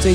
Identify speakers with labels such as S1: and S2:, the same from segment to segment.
S1: 最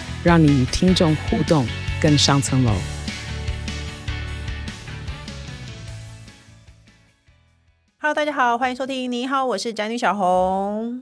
S1: 让你与听众互动更上层楼。
S2: Hello，大家好，欢迎收听。你好，我是宅女小红。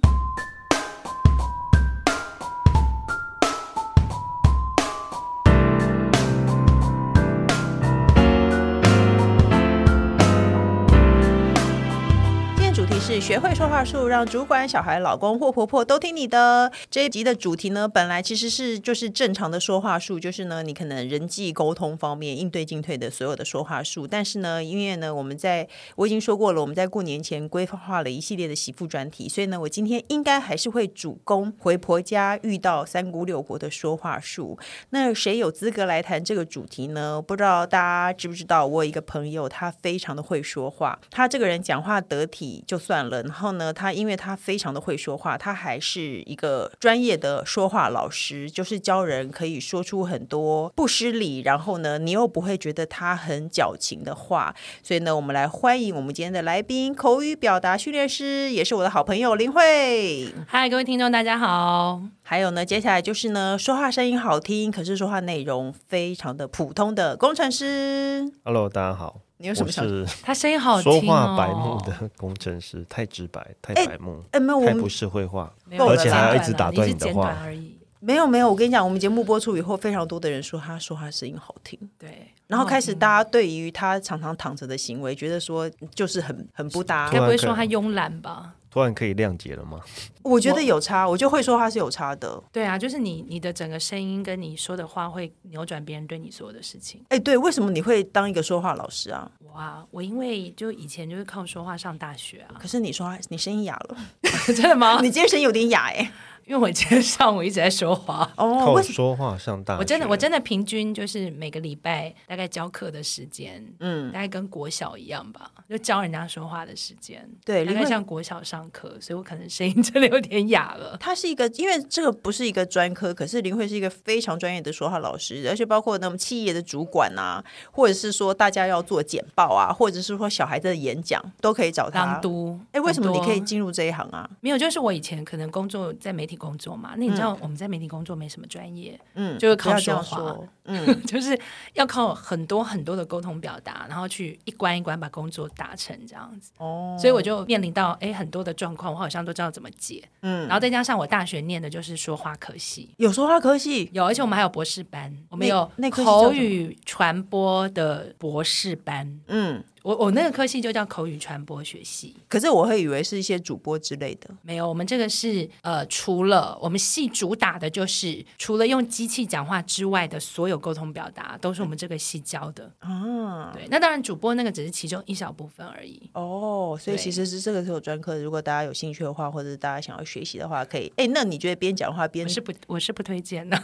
S2: 今天主题是学会说话术，让主管、小孩、老公或婆婆都听你的。这一集的主题呢，本来其实是就是正常的说话术，就是呢，你可能人际沟通方面应对进退的所有的说话术。但是呢，因为呢，我们在我已经说过了，我们在过年前规划了一系列的媳妇专题，所以呢，我今天应该还是会主攻回婆家遇到三姑六婆的说话术。那谁有资格来谈这个主题呢？不知道大家知不知道，我有一个朋友，他非常的会说话，他这个人讲话得体就算了，然后呢，他因为他非常的会说话，他还是一个专业的说话老师，就是教人可以说出很多不失礼，然后呢，你又不会觉得他很矫情的话。所以呢，我们来欢迎我们今天的来宾，口语表达训练师，也是我的好朋友林慧。
S3: 嗨，各位听众，大家好。
S2: 还有呢，接下来就是呢，说话声音好听，可是说话内容非常的普通的工程师。
S4: Hello，大家好，
S2: 你有什么
S4: 我
S2: 想？
S4: 是
S3: 他声音好听、
S4: 说
S3: 哦，哎
S4: 话白目的工程师，太直白，太白目，
S2: 哎，没有，我
S4: 太不
S2: 们
S4: 社会化。
S3: 没有，
S2: 而且还要
S4: 一直打
S3: 啊
S4: 断
S3: 你
S4: 你
S3: 是
S4: 的
S3: 简
S4: 话
S3: 短而已。
S2: 没有没有，我跟你讲，我们节目播出以后，非常多的人说他说话声音好听，
S3: 对，
S2: 然后开始大
S3: 家
S2: 家对于他常常躺着的行为，觉得说就是很很不搭
S4: 突
S3: 该
S4: 然。
S3: 不会说他慵懒吧？
S4: 突然可以谅解了吗？
S2: 我觉得有差，我就会说话是有差的。
S3: 对啊，就是你你的整个声音跟你说的话会扭转别人对你所有的事情。
S2: 哎，对，为什么你会当一个说话老师啊？
S3: 哇，我因为就以前就是靠说话上大学啊，
S2: 可是你说话你声音哑了，
S3: 真的吗
S2: 你？今天声音有点哑哎、
S3: 因为我今天上午一直在说话。
S2: 哦，
S4: 靠
S2: 为什么？
S4: 说话上大学，
S3: 我真的，我真的平均就是每个礼拜大概教课的时间，
S2: 嗯
S3: 大概跟国小一样吧，就教人家说话的时间，
S2: 对
S3: 大
S2: 林
S3: 概
S2: 慧
S3: 像国小上课，所以我可能声音真的有点哑了。
S2: 他是一个，因为这个不是一个专科，可是林慧是一个非常专业的说话老师，而且包括那么企业的主管啊，或者是说大家要做简报啊，或者是说小孩子的演讲，都可以找他
S3: 朗。读。
S2: 哎，为什么
S3: 很
S2: 你
S3: 多
S2: 可以？进入这一行啊？
S3: 没有，就是我以前可能工作在媒体工作嘛，那你知道我们在媒体工作没什么专业，
S2: 嗯，
S3: 就是
S2: 不要
S3: 靠
S2: 这样
S3: 说话
S2: 说。嗯，
S3: 就是要靠很多很多的沟通表达，然后去一关一关把工作达成这样子。
S2: 哦，
S3: 所以我就面临到哎很多的状况，我好像都知道怎么解。
S2: 嗯
S3: 然后再加上我大学念的就是说话科系。
S2: 有说话科系，
S3: 有，而且我们还有博士班，我们
S2: 那
S3: 有
S2: 那科系叫
S3: 口
S2: 什么
S3: 语传播的博士班。
S2: 嗯，
S3: 我我那个科系就叫口语传播学系。
S2: 可是我会以为是一些主播之类的。
S3: 没有，我们这个是呃，除了我们系主打的就是除了用机器讲话之外的所有沟通表达，都是我们这个系教的。
S2: 啊，
S3: 对，那当然主播那个只是其中一小部分而已。
S2: 哦，所以
S3: 对
S2: 其实是这个是有专科的。如果大家有兴趣的话，或者是大家想要学习的话，可以。哎，那你觉得边讲话边
S3: 我是不，我是不推 荐的。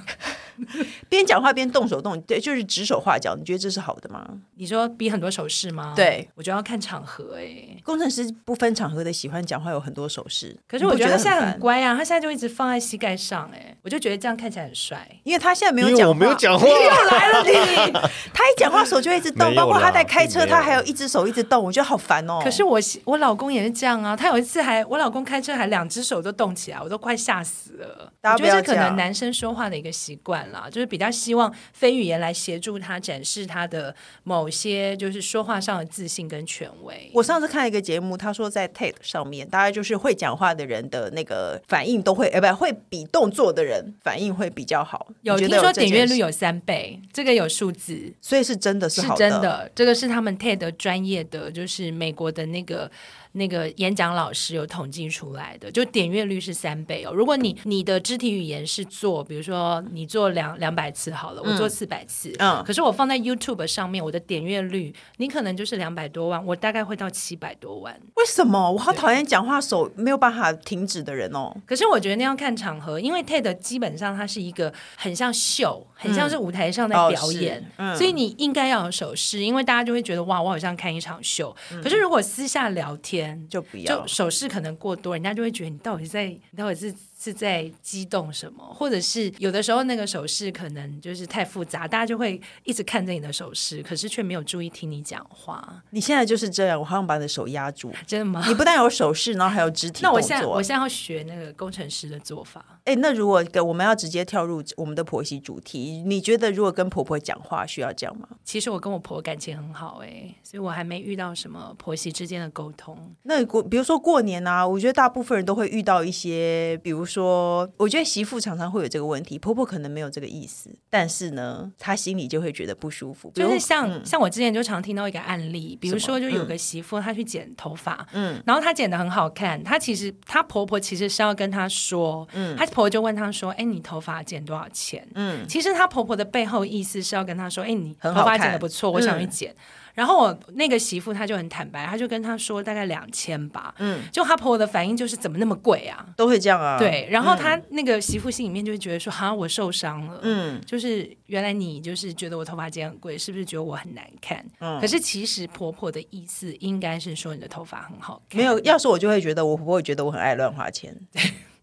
S2: 边讲话边动手动，对，就是指手画脚，你觉得这是好的吗？
S3: 你说比很多手势吗？
S2: 对，
S3: 我觉得要看场合哎、
S2: 工程师不分场合的喜欢讲话，有很多手势。
S3: 可是我觉得他现在
S2: 你
S3: 很
S2: 不
S3: 乖啊，他现在就一直放在膝盖上哎、我就觉得这样看起来很 帅。
S2: 因为他现在没有
S4: 因
S2: 讲话，
S4: 为我没有讲话，
S2: 来了你，他一讲话手就会一直动，
S4: 没有啦
S2: 包括他在开车，
S4: 并没有
S2: 他还有一只手一直动，我觉得好烦哦。
S3: 可是我喜我老公也是这样啊，他有一次还我老公开车还两只手都动起来，我都快吓死了。
S2: 大家
S3: 我
S2: 不
S3: 觉
S2: 要
S3: 得这可
S2: 这样
S3: 能男生说话的一个习惯啦，就是比较希望非语言来协助他展示他的某些就是说话上的自信跟权威。
S2: 我上次看一个节目，他说在 TED 上面，大概就是会讲话的人的那个反应都会，哎，不，会比动作的人反应会比较好。
S3: 有
S2: 你觉
S3: 听
S2: 得
S3: 说
S2: 这
S3: 点
S2: 件
S3: 阅
S2: 事
S3: 率，有三倍，这个有数字。
S2: 所以是真的是
S3: 是
S2: 好
S3: 真的，这个是他们 TED 专业的，就是美国的那个那个演讲老师有统计出来的，就点阅率是三倍哦。如果你
S2: 嗯
S3: 你的肢体语言是做，比如说你做两两百次好了，我做四百次，
S2: 嗯
S3: 可是我放在 YouTube 上面，我的点阅率你可能就是两百多万，我大概会到七百多万。
S2: 为什么我好讨厌讲话手没有办法停止的人哦？
S3: 可是我觉得那要看场合，因为 TED 基本上它是一个很像秀，很像是舞台上在
S2: 哦
S3: 表
S2: 是
S3: 演，
S2: 嗯
S3: 所以你应该要有手势，因为大家就会觉得哇，我好像看一场秀。可是如果私下聊天，
S2: 就不要
S3: 就手势可能过多，人家就会觉得你到底在，你到底是是在激动什么，或者是有的时候那个手势可能就是太复杂，大家就会一直看着你的手势，可是却没有注意听你讲话，
S2: 你现在就是这样，我好想把你的手压住。
S3: 真的吗？
S2: 你不但有啊手势，然后还有肢体
S3: 那
S2: 动
S3: 我现在
S2: 作
S3: 我。现在要学那个工程师的做法，
S2: 哎，那如果跟我们要直接跳入我们的婆媳主题，你觉得如果跟婆婆讲话需要这样吗？
S3: 其实我跟我婆感情很好哎、所以我还没遇到什么婆媳之间的沟通。
S2: 那过比如说过年啊，我觉得大部分人都会遇到一些，比如说，我觉得媳妇常常会有这个问题，婆婆可能没有这个意思，但是呢，她心里就会觉得不舒服，比
S3: 就
S2: 如嗯
S3: 是像、像我之前就常听到一个案例，比如说就有个媳妇她去剪头发，嗯，然后她剪的很好看，她其实她婆婆其实是要跟她说，嗯，她婆婆就问她说，哎，你头发剪多少钱？嗯，其实她婆婆的背后意思是要跟她说，哎，你头
S2: 很好看
S3: 发剪的不错，我想去
S2: 嗯
S3: 剪。然后我那个媳妇她就很坦白，她就跟她说大概两千吧，嗯，就她婆婆的反应就是怎么那么贵啊？
S2: 都会这样啊，
S3: 对，然后他那个媳妇心里面就会觉得说，哈，我受伤了，嗯，就是原来你就是觉得我头发剪很贵，是不是觉得我很难看？
S2: 嗯
S3: 可是其实婆婆的意思应该是说你的头发很好看，
S2: 没有，要是我就会觉得我婆婆会觉得我很爱乱花钱。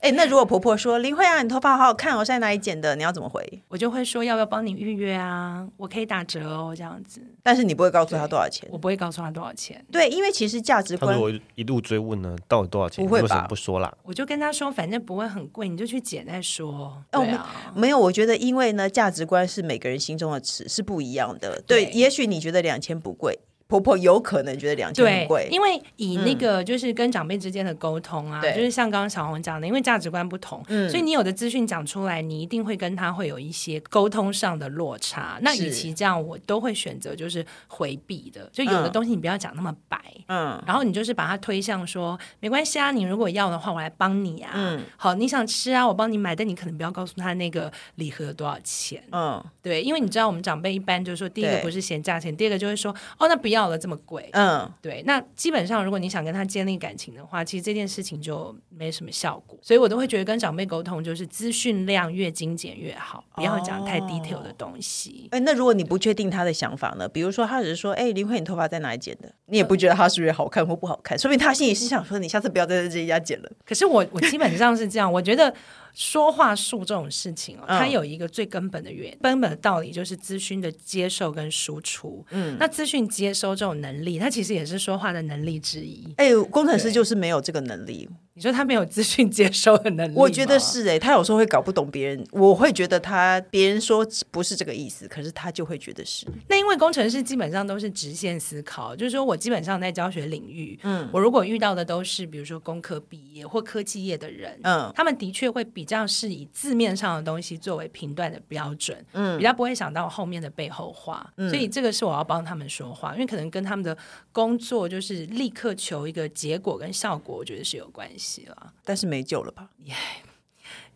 S2: 哎、那如果婆婆说林慧啊，你头发好好看哦，我是在哪里剪的？你要怎么回？
S3: 我就会说要不要帮你预约啊？我可以打折哦，这样子，
S2: 但是你不会告诉她多少钱
S3: 我，不会告诉她多少钱。
S2: 对，因为其实价值
S4: 他
S2: 观
S4: 如果一路追问呢，到底多少钱？
S2: 不会吧
S4: 你为什么不说啦？
S3: 我就跟她说，反正不会很贵，你就去剪再说。
S2: 哦
S3: 对啊，
S2: 没有，我觉得因为呢，价值观是每个人心中的尺是不一样的。对，
S3: 对
S2: 也许你觉得两千不贵，婆婆有可能觉得两千
S3: 对
S2: 很，贵，嗯
S3: 因为以那个就是跟长辈之间的沟通啊，
S2: 对
S3: 就是像刚刚小红讲的，因为价值观不同，
S2: 嗯
S3: 所以你有的资讯讲出来，你一定会跟他会有一些沟通上的落差。那
S2: 是
S3: 与其这样，我都会选择就是回避的，就有的
S2: 嗯
S3: 东西你不要讲那么白。
S2: 嗯，
S3: 然后你就是把它推向说，没关系啊，你如果要的话，我来帮你啊。
S2: 嗯
S3: 好，你想吃啊，我帮你买，但你可能不要告诉他那个礼盒多少钱。
S2: 嗯
S3: 对，因为你知道我们长辈一般就是说，第一个
S2: 对
S3: 不是嫌价钱，第二个就是说，哦，那不要了，这么贵。
S2: 嗯，
S3: 对，那基本上如果你想跟他建立感情的话，其实这件事情就没什么效果，所以我都会觉得跟长辈沟通就是资讯量越精简越好，不要讲太
S2: 哦
S3: detail 的东西。
S2: 哎，那如果你不确定她的想法呢？比如说，她只是说，哎，林慧，你头发在哪里剪的？你也不觉得她是不是好看或不好看，说明她心里是想说，你下次不要再在这一家剪了。
S3: 可是我我基本上是这样，我觉得说话术这种事情哦，
S2: 嗯
S3: 它有一个最根本的原根本的道理，就是资讯的接受跟输出。嗯，那资讯接收这种能力，它其实也是说话的能力之一。
S2: 哎，工程师就是没有这个能力，
S3: 你说他没有资讯接收的能力吗，
S2: 我觉得是哎、他有时候会搞不懂别人，我会觉得他别人说不是这个意思，可是他就会觉得是。
S3: 那因为工程师基本上都是直线思考，就是说我基本上在教学领域，嗯，我如果遇到的都是比如说工科毕业或科技业的人，
S2: 嗯
S3: 他们的确会比较是以字面上的东西作为评断的标准，嗯，比较不会想到后面的背后话，所以这个是我要帮他们说话，因为可能跟他们的工作就是立刻求一个结果跟效果，我觉得是有关系了，
S2: 但是没救了吧？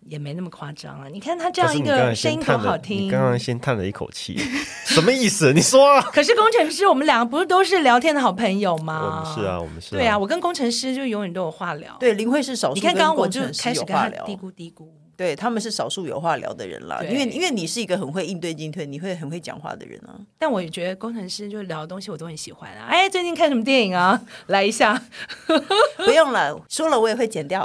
S3: 也没那么夸张啊。你看他这
S4: 可
S3: 样
S4: 是
S3: 一
S4: 你刚
S3: 个
S4: 才
S3: 声音
S4: 先
S3: 多
S4: 叹
S3: 好
S4: 了，
S3: 听
S4: 你，刚刚先叹了一口气， 什么意思？你说 啊？
S3: 可是工程师，我们两个不是都是聊天的好朋友
S4: 我
S3: 吗？
S4: 们是啊，我们是
S3: 对啊，，我跟工程师就永远都有话聊。，
S2: 对，林慧是少数
S3: 你
S2: 跟
S3: 看刚刚我
S2: 工
S3: 就
S2: 程师
S3: 开始
S2: 有
S3: 跟
S2: 话
S3: 他
S2: 聊，
S3: 嘀咕嘀咕。
S2: 对他们是少数有话聊的人啦。
S3: 对
S2: 因为因为你是一个很会应对进退，你会很会讲话的人啊。
S3: 但我也觉得工程师就聊的东西我都很喜欢啊。哎，最近看什么电影啊？ 来一下。
S2: 不用了，说了我也会剪掉。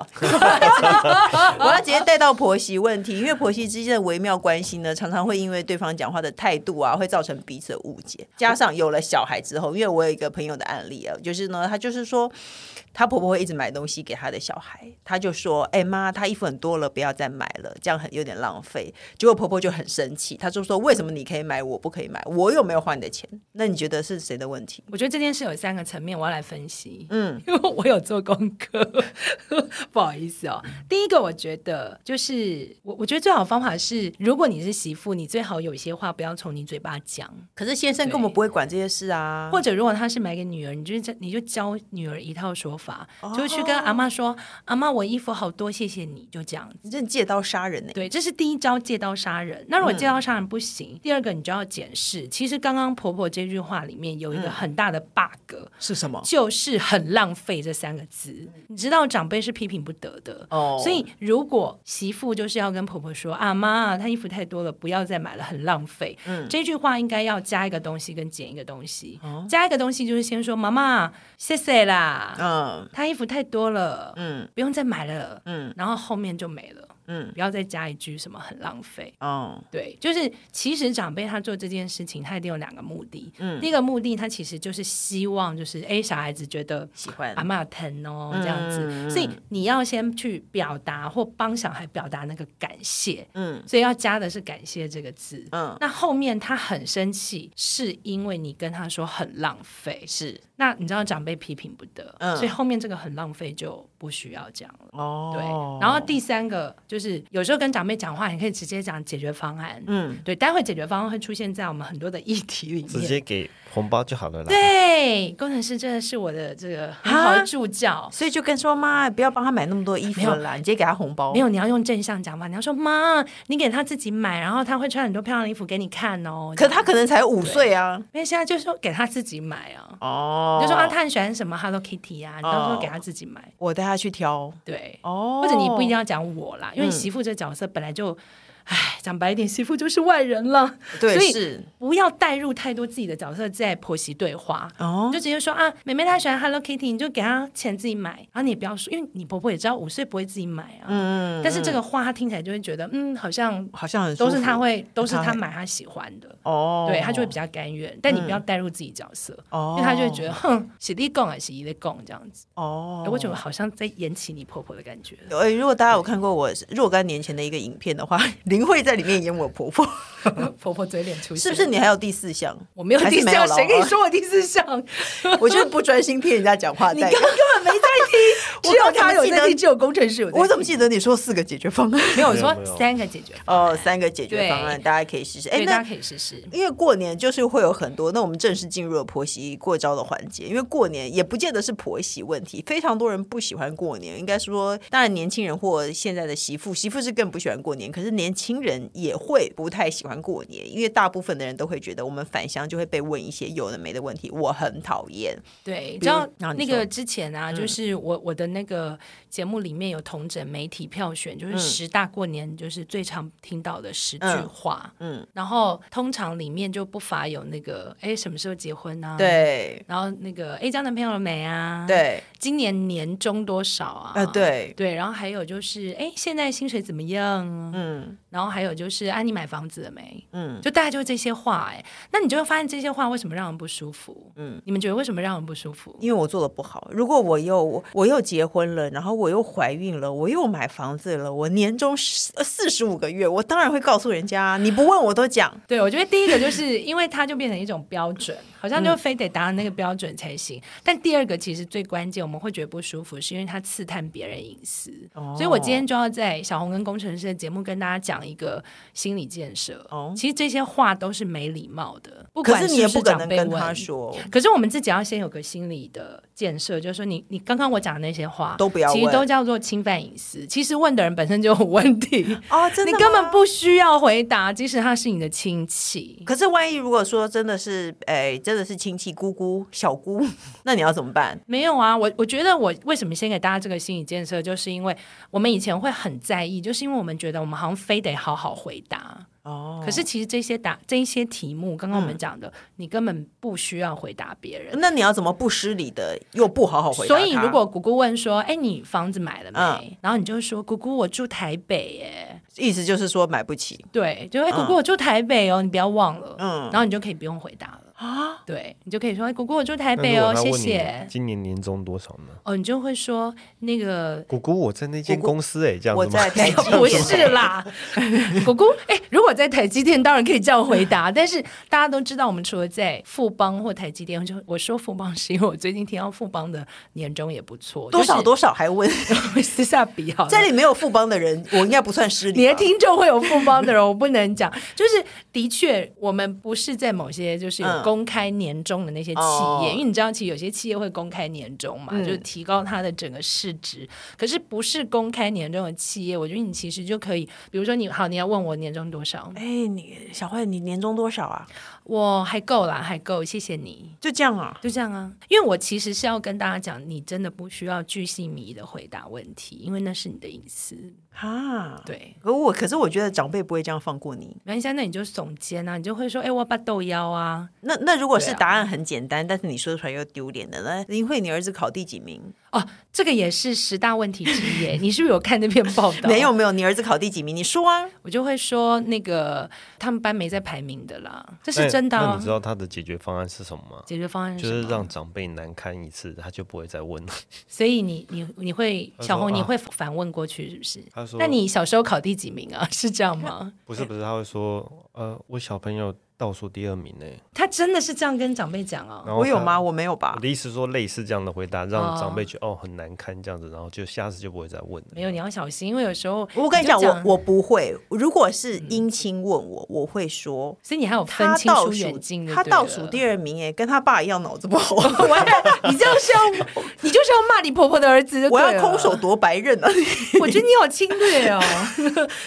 S2: 我要直接带到婆媳问题，因为婆媳之间的微妙关系呢，常常会因为对方讲话的态度啊，会造成彼此的误解。加上有了小孩之后，因为我有一个朋友的案例啊，就是呢，她就是说，她婆婆会一直买东西给她的小孩，她就说：“哎、妈，她衣服很多了，不要再买了，这样很有点浪费。”结果婆婆就很生气，她就说：“为什么你可以买，我不可以买？我又没有花你的钱，那你觉得是谁的问题？”
S3: 我觉得这件事有三个层面，我要来分析。
S2: 嗯，
S3: 因为我有做功课， 不好意思哦。第一个，我觉得就是我，我觉得最好的方法是，如果你是媳妇，你最好有些话不要从你嘴巴讲，
S2: 可是先生根本
S3: 对
S2: 不会管这些事啊，
S3: 或者如果他是买给女儿，你就这你就教女儿一套说发，就去跟阿妈说：“阿妈，我衣服好多，谢谢你。”就这样子。
S2: 你真的借刀杀人呢、
S3: 对，这是第一招借刀杀人。那如果借刀杀人不行，第二个你就要检视。其实刚刚婆婆这句话里面有一个很大的 bug，、
S2: 是什么？
S3: 就是很浪费这三个字。你知道长辈是批评不得的
S2: 哦
S3: 所以如果媳妇就是要跟婆婆说啊妈，她衣服太多了，不要再买了，很浪费。嗯，这句话应该要加一个东西跟减一个东西。
S2: 哦
S3: 加一个东西就是先说妈妈谢谢啦，
S2: 嗯
S3: 她衣服太多了，
S2: 嗯
S3: 不用再买了，
S2: 嗯
S3: 然后后面就没了。
S2: 嗯
S3: 不要再加一句什么很浪费。
S2: 哦
S3: 对，就是其实长辈他做这件事情，他一定有两个目的。
S2: 嗯
S3: 第一个目的，他其实就是希望，就是哎，小孩子觉得
S2: 喜欢
S3: 阿妈疼哦，这样子。
S2: 嗯
S3: 所以你要先去表达或帮小孩表达那个感谢，
S2: 嗯
S3: 所以要加的是“感谢”这个字。
S2: 嗯
S3: 那后面他很生气，是因为你跟他说很浪费。
S2: 是
S3: 那你知道长辈批评不得，
S2: 嗯
S3: 所以后面这个很浪费就不需要讲了。
S2: 哦
S3: 对，然后第三个就是有时候跟长辈讲话，你可以直接讲解决方案。
S2: 嗯
S3: 对，待会解决方案会出现在我们很多的议题里面。
S4: 直接给红包就好了啦。
S3: 对，工程师真的是我的这个很好
S2: 啊
S3: 的助教。
S2: 所以就跟说妈，不要帮他买那么多衣服了啦，你直接给他红包。
S3: 没有，你要用正向讲法，你要说妈，你给他自己买，然后他会穿很多漂亮的衣服给你看哦。
S2: 可他可能才五岁啊。
S3: 因为现在就说给他自己买啊，
S2: 哦
S3: 你就说啊，他很喜欢什么 Hello Kitty 啊，你到时候给他自己买。
S2: 我带他去挑。
S3: 对，
S2: 哦嗯
S3: 或者你不一定要讲我啦，因为媳妇这角色本来就，唉，讲白一点，媳妇就是外人了。
S2: 对
S3: 所以
S2: 是
S3: 不要带入太多自己的角色在婆媳对话。
S2: 哦
S3: 你就直接说啊，妹妹她喜欢 Hello Kitty，你就给她钱自己买，然后你也不要说，因为你婆婆也知道五岁不会自己买啊。
S2: 嗯
S3: 但是这个话她听起来就会觉得，嗯，好像
S2: 好像很舒
S3: 都
S2: 服
S3: 是她会，都是
S2: 她
S3: 她
S2: 会
S3: 买她喜欢的，
S2: 哦，
S3: 对她就会比较甘愿。但你不要带入自己角色，
S2: 哦
S3: 因为她就会觉得，哼，喜力供啊，喜力供这样子，
S2: 哦
S3: 哎，我觉得好像在演起你婆婆的感觉。
S2: 呃，如果大家有看过我若干年前的一个影片的话， 林慧在里面演我婆 婆，
S3: 婆婆嘴脸出现，
S2: 是不是？你还有第四项？
S3: 我没有
S2: 还是
S3: 第四项，
S2: 了
S3: 谁跟你？说我第四项？
S2: 我就是不专心听人家讲 话。
S3: 你
S2: 在
S3: 刚根本没在 听，
S2: 我
S3: 只有
S2: 刚刚
S3: 他有
S2: 记得
S3: 在听，只有工程师有在听。
S2: 我怎么记得你说四个解决 方案？
S3: 没有我
S4: 没有没
S3: 说
S4: 有
S3: 三个解决方案
S2: 哦，三个解决方案，
S3: 对
S2: 大家可以试试。哎，
S3: 对，大
S2: 那
S3: 家可以试试。
S2: 因为过年就是会有很多，那我们正式进入了婆媳过招的环节。因为过年也不见得是婆媳问题，非常多人不喜欢过年。应该说，当然年轻人或现在的媳妇，媳妇是更不喜欢过年，可是年轻人也会不太喜欢过年，因为大部分的人都会觉得我们返乡就会被问一些有的没的问题，我很讨厌。
S3: 对，
S2: 比
S3: 知
S2: 如
S3: 道
S2: 啊你
S3: 那
S2: 说
S3: 个之前啊，就是我我的那个节目里面有同整媒体票选，就是十大过年就是最常听到的十句
S2: 嗯
S3: 话，
S2: 嗯，
S3: 然后通常里面就不乏有那个哎什么时候结婚啊？。
S2: 对
S3: 然后那个哎交男朋友了没啊？，
S2: 对，
S3: 今年年终多少啊？
S2: 啊对
S3: 对，然后还有就是哎现在薪水怎么样？
S2: 嗯
S3: 然后还有就是啊你买房子了没？
S2: 嗯
S3: 就大概就是这些话哎、那你就会发现这些话为什么让人不舒服？
S2: 嗯
S3: 嗯，你们觉得为什么让人不舒服？
S2: 因为我做的不好，如果我又我我又结婚了，然后我又怀孕了，我又买房子了，我年终四十五个月，我当然会告诉人家啊，你不问我都讲。
S3: 对，我觉得第一个就是 因为它就变成一种标准，好像
S2: 嗯
S3: 就非得达到那个标准才行。但第二个其实最关键，我们会觉得不舒服，是因为它刺探别人隐私。
S2: 哦
S3: 所以我今天就要在小红跟工程师的节目跟大家讲一个心理建设。
S2: 哦
S3: 其实这些话都是没礼貌的，不
S2: 可
S3: 管
S2: 你也
S3: 不
S2: 不
S3: 是
S2: 可
S3: 长
S2: 能
S3: 辈
S2: 跟他
S3: 问。
S2: 说，
S3: 可是我们自己要先有个心理的建设，就是说你你刚刚我讲的那些话
S2: 都不要
S3: 其实都
S2: 问
S3: 叫做侵犯隐私。其实问的人本身就有问题，
S2: 哦，真的
S3: 你根本
S2: 吗。
S3: 不需要回答，即使他是你的亲戚。
S2: 可是万一如果说真的是，哎，真的是亲戚姑姑、小姑， 那你要怎么办？
S3: 没有啊，我我觉得我为什么先给大家这个心理建设，就是因为我们以前会很在意，就是因为我们觉得我们好像非得好好回答。
S2: 哦，嗯
S3: 可是其实这些答这一些题目，刚刚我们讲的，你根本不需要回答别人。
S2: 那你要怎么不失礼的又不好好回答
S3: 所
S2: 他？
S3: 以，如果姑姑问说：“哎，你房子买了没？”
S2: 嗯
S3: 然后你就说：“姑姑，我住台北耶。
S2: 意思就是说买不起”
S3: 对，就哎，姑姑，我住台北哦，你不要忘了。
S2: 嗯
S3: 然后你就可以不用回答了。
S2: 啊，
S3: 对，你就可以说：“哎，姑姑，我住台
S4: 那
S3: 北
S4: 如果
S3: 哦，
S4: 他
S3: 谢
S4: 问你
S3: 谢。
S4: 今年年终多少呢”？
S3: 哦，你就会说那个
S4: 姑姑，我在那间
S2: 姑姑
S4: 公司 哎，这样
S2: 我
S4: 子吗
S2: 在？台积电
S3: 不是 啦，姑姑，哎、如果在台积电，当然可以这样回答。但是大家都知道，我们除了在富邦或台积电，就我说富邦是因为我最近听到富邦的年终也不错，
S2: 多少多少还 问，
S3: 少私下比好了。
S2: 家里没有富邦的人，我应该不算 失礼吧。
S3: 你的听 众会有富邦的人，我不能讲。就是的确，我们不是在某些就是
S2: 嗯
S3: 有公开年终的那些企业，
S2: 哦
S3: 因为你知道，其实有些企业会公开年终嘛，
S2: 嗯
S3: 就是提高它的整个市值。可是不是公开年终的企业，我觉得你其实就可以，比如说你好，你要问我年终多少，
S2: 哎，你小慧，你年终多少啊？
S3: 我还够啦，还够，谢谢你。
S2: 就这样啊？
S3: 就这样啊，因为我其实是要跟大家讲，你真的不需要巨细靡遗的回答问题，因为那是你的隐私。
S2: 啊，。
S3: 对，
S2: 可我可是我觉得长辈不会这样放过你。
S3: 没关系，那你就耸肩啊，你就会说，哎、我把豆腰啊，
S2: 那那如果是
S3: 对啊
S2: 答案很简单，但是你说出来又丢脸的，那林慧，你儿子考第几名？
S3: 哦，这个也是十大问题之 一耶。你是不是有看那篇报道？
S2: 没有，没有，你儿子考第几名？你说啊，
S3: 我就会说那个他们班没在排名的啦，这
S4: 那
S3: 是真的、
S4: 哎那
S3: 啊
S4: 你。知道他的解决方案是什么吗？
S3: 解决方案
S4: 就是是
S3: 什么
S4: 让长辈难堪一次，他就不会再问了。
S3: 所以你你你会
S4: 他说
S3: 小红，
S4: 啊
S3: 你会反问过去是不是？
S4: 他说
S3: 那你小时候考第几名啊？ 是这样吗？
S4: 不是不是，他会说，呃，我小朋友倒数第二名呢。
S3: 他真的是这样跟长辈讲哦。
S4: 然后
S2: 我有
S4: 他
S2: 吗？？我没有吧
S4: 我？的意思是说，类似这样的回答，让
S3: 哦
S4: 长辈觉得哦很难堪这样子，然后就下次就不会再问了。
S3: 没有，你要小心，因为有时候
S2: 我跟你
S3: 就
S2: 讲，我
S3: 讲嗯
S2: 我不会。如果是姻亲问我，我会说
S3: 所以你还有分
S2: 他
S3: 清
S2: 倒
S3: 疏
S2: 数
S3: 远近，就
S2: 他
S3: 对
S2: 倒
S3: 了
S2: 数第二名，哎，跟他爸一样脑子不 好，
S3: 我要你这样是要，你就是要骂你婆婆的儿子就
S2: 我
S3: 对
S2: 要
S3: 了，
S2: 空手夺白刃啊！
S3: 我觉得你好侵略哦，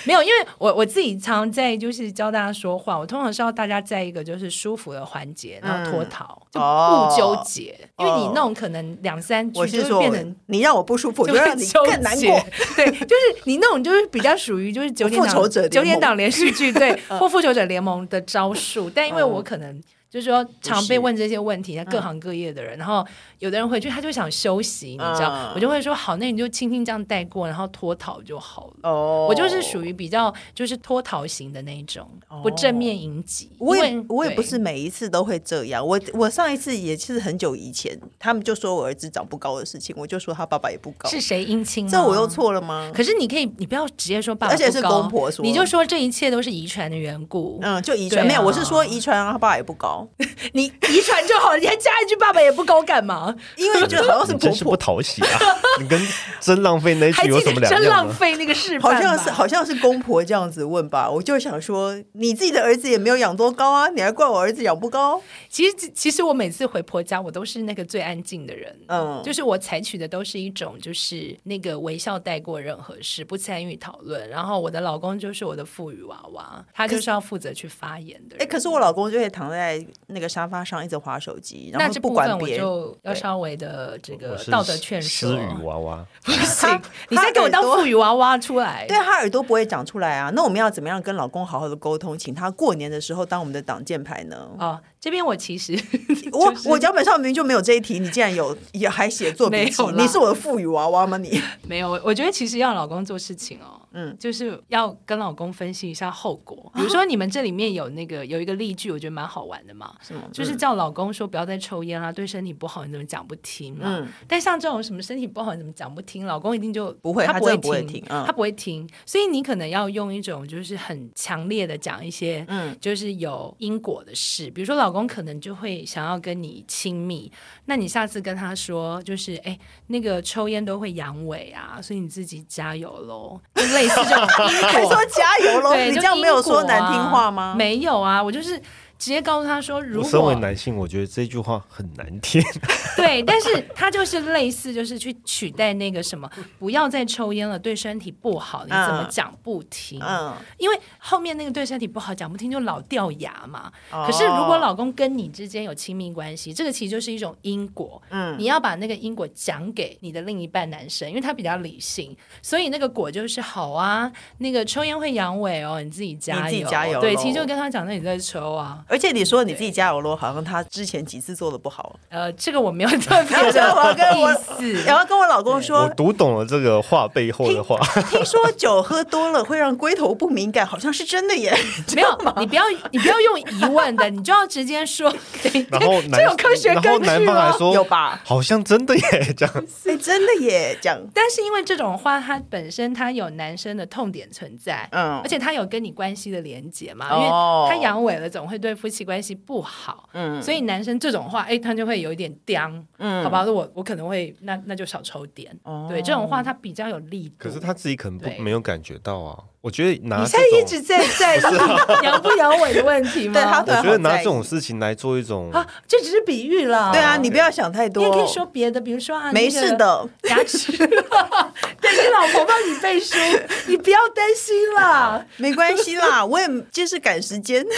S3: 没有，因为我我自己常在就是教大家说话，我通常是要大家在一个就是舒服的环节，然后脱逃，就
S2: 哦
S3: 不纠结，因为
S2: 哦
S3: 你那种可能两三
S2: 我
S3: 句
S2: 是
S3: 就
S2: 说
S3: 会变成。，
S2: 你让我不舒服，我
S3: 就
S2: 就让
S3: 会
S2: 你
S3: 纠
S2: 更难
S3: 结
S2: 过。，
S3: 对，就是你那种就是比较属于就是九点
S2: 复仇
S3: 档
S2: 者联
S3: 九点
S2: 盟嗯
S3: 档连续 剧对或复仇者联盟的招数，但因为我可能就是说常被问这些问
S2: 嗯
S3: 题，各行各业的人，然后有的人回去他就想休息，你知道
S2: 嗯，
S3: 我就会说好，那你就轻轻这样带过，然后脱逃就好了。
S2: 哦
S3: 我就是属于比较就是脱逃型的那一种，不正面迎击。
S2: 哦我
S3: 因
S2: 也
S3: 为
S2: 我也不
S3: 对
S2: 是每一次都会这样，我我上一次也是很久以前，他们就说我儿子长不高的事情，我就说他爸爸也不高，
S3: 是谁姻亲吗，
S2: 这我又错了吗？
S3: 可是你可以，你不要直接说爸爸，
S2: 而且是公婆说
S3: 你就说这一切都是遗传的缘故。
S2: 嗯，就遗传、
S3: 对啊
S2: 没有，我是说遗传啊，他爸也不高，
S3: 你遗传就好了，你还加一句爸爸也不高干 嘛？
S2: 因为就好像是
S4: 你
S2: 婆
S4: 真是不
S2: 婆，
S4: 讨喜啊！ 你跟真浪费那
S3: 还
S4: 句有
S3: 记
S4: 什么
S3: 得
S4: 两
S3: 真
S4: 样
S3: 浪
S4: 吗？
S3: 费那个示
S2: 好
S3: 范吧，
S2: 像是好像是公婆这样子问吧，我就想说你自己的儿子也没有养多高啊，你还怪我儿子养不高？
S3: 其实，其实我每次回婆家，我都是那个最安静的人。
S2: 嗯
S3: 嗯，就是我采取的都是一种，就是那个微笑带过任何事，不参与讨论。然后我的老公就是我的富裕娃娃，他就是要负责去发言的人。
S2: 哎、可是我老公就会躺在那个沙发上一直划手机，然
S3: 那
S2: 后
S3: 这
S2: 不
S3: 部分
S2: 管
S3: 我
S2: 别人。
S3: 就要稍微的这个
S4: 我是
S3: 道德劝
S4: 私
S3: 说。啊
S4: 语娃娃，
S3: 不行，你
S2: 他
S3: 再给我当
S2: 耳朵
S3: 富裕娃娃出来。
S2: 对，他啊耳朵不会长出来啊。那我们要怎么样跟老公好好的沟通，请他过年的时候当我们的挡箭牌 呢？
S3: 哦，这边我其实
S2: 我
S3: 就是
S2: 我脚本上明明就没有这一题，你竟然有也还写作笔记
S3: 没有，啦
S2: 你是我的富裕娃娃吗？你
S3: 没有，我我觉得其实要老公做事情哦，嗯，就是要跟老公分析一下后 果。比如说你们这里面有那个有一个例句，我觉得蛮好玩的嘛，
S2: 什么
S3: 就是叫老公说不要再抽烟啦、啊对身体不好，你怎么讲不听嘛？
S2: 嗯
S3: 但像这种什么身体不好，你怎么讲不听，老公一定就
S2: 不会
S3: 他
S2: 他
S3: 不会
S2: 真的不会听嗯
S3: 他不会听。所以你可能要用一种就是很强烈的讲一些，
S2: 嗯
S3: 嗯，就是有因果的事，比如说老公可能就会想要跟你亲密，那你下次跟他说，就是哎、那个抽烟都会阳痿啊，所以你自己加油喽，就类似这 种
S2: 还
S3: 因果
S2: 说加油喽？
S3: 对，
S2: 你
S3: 就
S2: 这样没有说
S3: 因果啊
S2: 难听话吗？
S3: 没有啊，我就是。直接告诉他说， 如
S4: 我
S3: 果
S4: 身为男性，我觉得这句话很难听。
S3: 对，但是它就是类似，就是去取代那个什么，不要再抽烟了，对身体不好，你怎么
S2: 嗯
S3: 讲不听？
S2: 嗯，
S3: 因为后面那个对身体不好，讲不听就老掉牙嘛。
S2: 哦
S3: 可是如果老公跟你之间有亲密关系，这个其实就是一种因果。
S2: 嗯
S3: 你要把那个因果讲给你的另一半男生，因为他比较理性，所以那个果就是好啊，那个抽烟会阳痿哦，你自己加油，
S2: 你自己加油
S3: 对，
S2: 咯
S3: 其实就跟他讲，那你在抽啊，
S2: 而且你说你自己加油喽，好像他之前几次做的不 好，
S3: 呃，这个我没有特别
S2: 然 后我 要跟我
S3: 意思。
S2: 然后跟我老公
S4: 我
S2: 说。
S4: 读懂了这个话背后的话，
S2: 听说酒喝多了会让龟头不敏感，好像是真的耶。
S3: 没有，你不要，你不要用疑问的，你就要直接 说。
S4: 然后
S3: 这
S4: 男
S3: 有科学
S4: 然后
S3: 根
S4: 男
S3: 据
S4: 方还
S3: 吗？
S4: 说
S2: 有吧
S4: 好像真的耶， 这样
S2: 哎、真的耶，这样
S3: 但是因为这种话，它本身它有男生的痛点存在，
S2: 嗯
S3: 而且它有跟你关系的连结嘛，因为
S2: 哦
S3: 他阳痿了，总会对夫妻关系不好，嗯，所以男生这种话，哎，他就会有一点刁，嗯，好吧，那我我可能会
S2: 哦
S3: 那那就少抽点，对，这种话它比较有力度，
S4: 可是他自己可能不
S3: 对
S4: 没有感觉到啊。我觉得拿
S5: 你
S4: 这
S5: 现在一直
S4: 种，
S5: 在 在意摇不摇尾的问题吗？
S2: 对他对
S4: 我觉得
S2: 好
S4: 拿
S2: 在
S4: 这
S2: 意
S4: 种事情来做一种，
S5: 啊，这只是比喻啦。
S2: 对
S3: 哦
S2: 啊，你不要想太
S5: 你
S2: 多，
S5: 也可以说别的，比如说啊，
S2: 没
S5: 那个
S2: 事的。
S5: 牙 齿，对你老婆帮你背 书，你不要担心啦。
S2: 没关系啦，我也就是赶时间。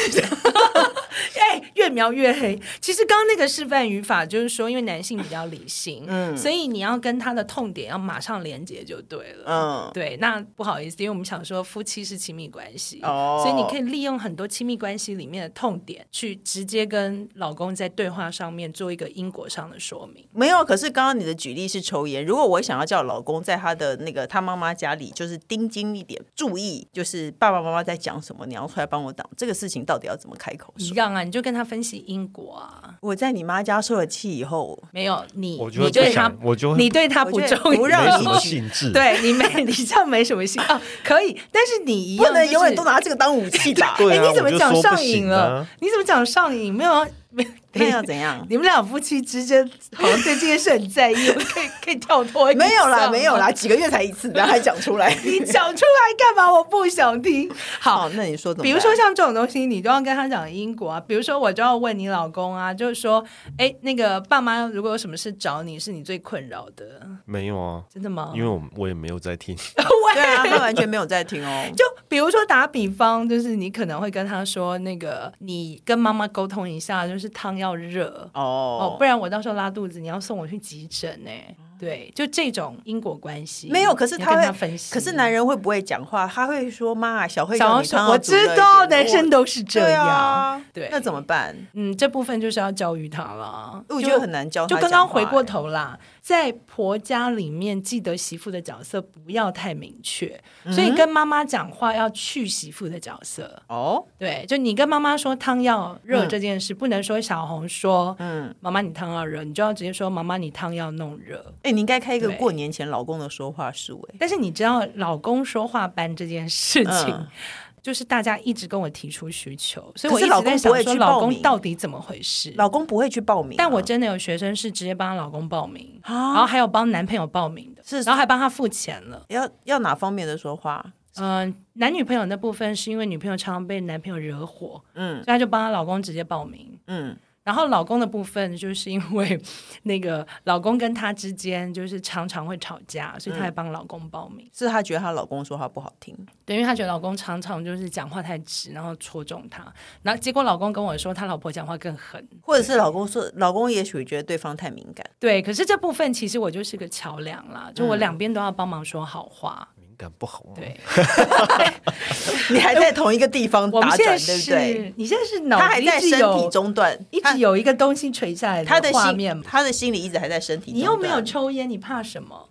S5: 哎、
S3: 越描越黑。其实刚刚那个示范语法就是说，因为男性比较理性，嗯，所以你要跟他的痛点要马上连接就对了，
S2: 嗯
S3: 对。那不好意思，因为我们想说夫妻是亲密关系，
S2: 哦
S3: 所以你可以利用很多亲密关系里面的痛点，去直接跟老公在对话上面做一个因果上的说明。
S2: 没有，可是刚刚你的举例是抽烟。如果我想要叫老公在他的那个他妈妈家里，就是盯紧一点，注意，就是爸爸妈妈在讲什么，你要出来帮我挡这个事情，到底要怎么开口
S3: 一
S2: 说？
S3: 样啊，你就跟他分析因果啊，
S2: 我在你妈家受了气以后，
S3: 没有你，
S4: 我就会
S3: 你对
S4: 不
S3: 他
S4: 想，，我就会
S3: 你对他
S2: 我
S3: 不
S2: 觉
S3: 重
S2: 得
S3: 要，
S2: 不让
S4: 没什么
S2: 你
S4: 兴致。，
S3: 对你没， 你这样没什么 心啊，可以，但是你一样、
S2: 不
S3: 就是、
S2: 能永远都拿这个当武器吧？
S4: 对啊
S3: 哎，你怎么
S4: 我就
S3: 讲
S4: 说不
S3: 上
S4: 行
S3: 瘾了
S4: 啊？
S3: 你怎么讲上瘾？没有啊， 没
S2: 那要怎 样？
S3: 你们俩夫妻之间好像对这件事很在意， 可以可以跳脱一下吗
S2: 没有啦，没有啦，，几个月才一次，然后还讲出来。
S3: 你讲出来干嘛？我不想听。好
S2: 好，，那你说怎么办？
S3: 比如说像这种东西，你都要跟他讲因果啊。比如说，我就要问你老公啊，就是说，哎，那个爸妈如果有什么事找你，是你最困扰的，
S4: 没有啊，
S3: 真的吗？
S4: 因为我我也没有在听。
S2: 对啊，他完全没有在听哦。
S3: 就比如说打比方，就是你可能会跟他说，那个你跟妈妈沟通一下，就是汤要热 哦，
S2: 哦
S3: 不，然我到时候拉肚子，你要送我去急诊呢、对，就这种因果关系
S2: 没有，可是
S3: 你要
S2: 他
S3: 跟
S2: 会
S3: 他分析，
S2: 可是男人会不会讲话？他会说：“妈，小慧叫
S3: 想要
S2: 你
S3: 说
S2: 汤，要
S3: 我
S2: 煮热一
S3: 知
S2: 点，
S3: 道男生
S2: 我
S3: 都是这
S2: 对
S3: 样，
S2: 啊，
S3: 对
S2: 那怎么办？
S3: 嗯，这部分就是要教育他了。
S2: 我觉得很难教他讲
S3: 就
S2: 话。欸
S3: 刚刚回过头啦，在婆家里面，记得媳妇的角色不要太明确，
S2: 嗯
S3: 所以跟妈妈讲话要去媳妇的角色。
S2: 哎哦，
S3: 对，就你跟妈妈说汤要热
S2: 嗯
S3: 这件事，不能说小红说，嗯，妈妈你汤要热，你就要直接说妈妈你汤要弄热。
S2: 哎，你应该开一个
S3: 对
S2: 过年前老公的说话术，哎，
S3: 但是你知道老公说话班这件事情。
S2: 嗯
S3: 就是大家一直跟我提出需求，所以
S2: 可
S3: 我一
S2: 是
S3: 直在
S2: 老公不
S3: 想
S2: 会
S3: 说，
S2: 去
S3: 老
S2: 报
S3: 公
S2: 名
S3: 到底怎么回事？
S2: 老公不会去报名啊，
S3: 但我真的有学生是直接帮她老公报名，然后还有帮男朋友报名的，
S2: 是
S3: 然后还帮他付钱了。
S2: 要要哪方面的说话？
S3: 嗯、男女朋友那部分是因为女朋友常常被男朋友惹火，嗯，
S2: 嗯
S3: 所以她就帮她老公直接报名。
S2: 嗯，
S3: 然后老公的部分 就是因为那个老公跟她之间就是常常会吵架，所以她还帮老公报名。
S2: 是她觉得她老公说话不好听，
S3: 对，因为她觉得老公常常就是讲话太直，然后戳中她。然后结果老公跟我说，他老婆讲话更狠。
S2: 或者是老公说，老公也许觉得对方太敏感。
S3: 对，可是这部分其实我就是个桥梁
S2: 嗯
S3: 啦，就我两边都要帮忙说好话。
S4: 敏感不好吗？啊
S2: 哦
S3: 对，
S2: 你还在同一个地方
S3: 我们
S2: 打
S3: 现在
S2: 转，
S3: 是
S2: 对不对？
S3: 你现在是脑
S2: 他还
S3: 子
S2: 在
S3: 一直
S2: 身体
S3: 有
S2: 中断，
S3: 一
S2: 他
S3: 直有一个东西垂下来
S2: 他的
S3: 画面
S2: 心，
S3: 嘛。
S2: 他的心里一直还在身体中断。
S3: 你又没有抽烟，你怕什么？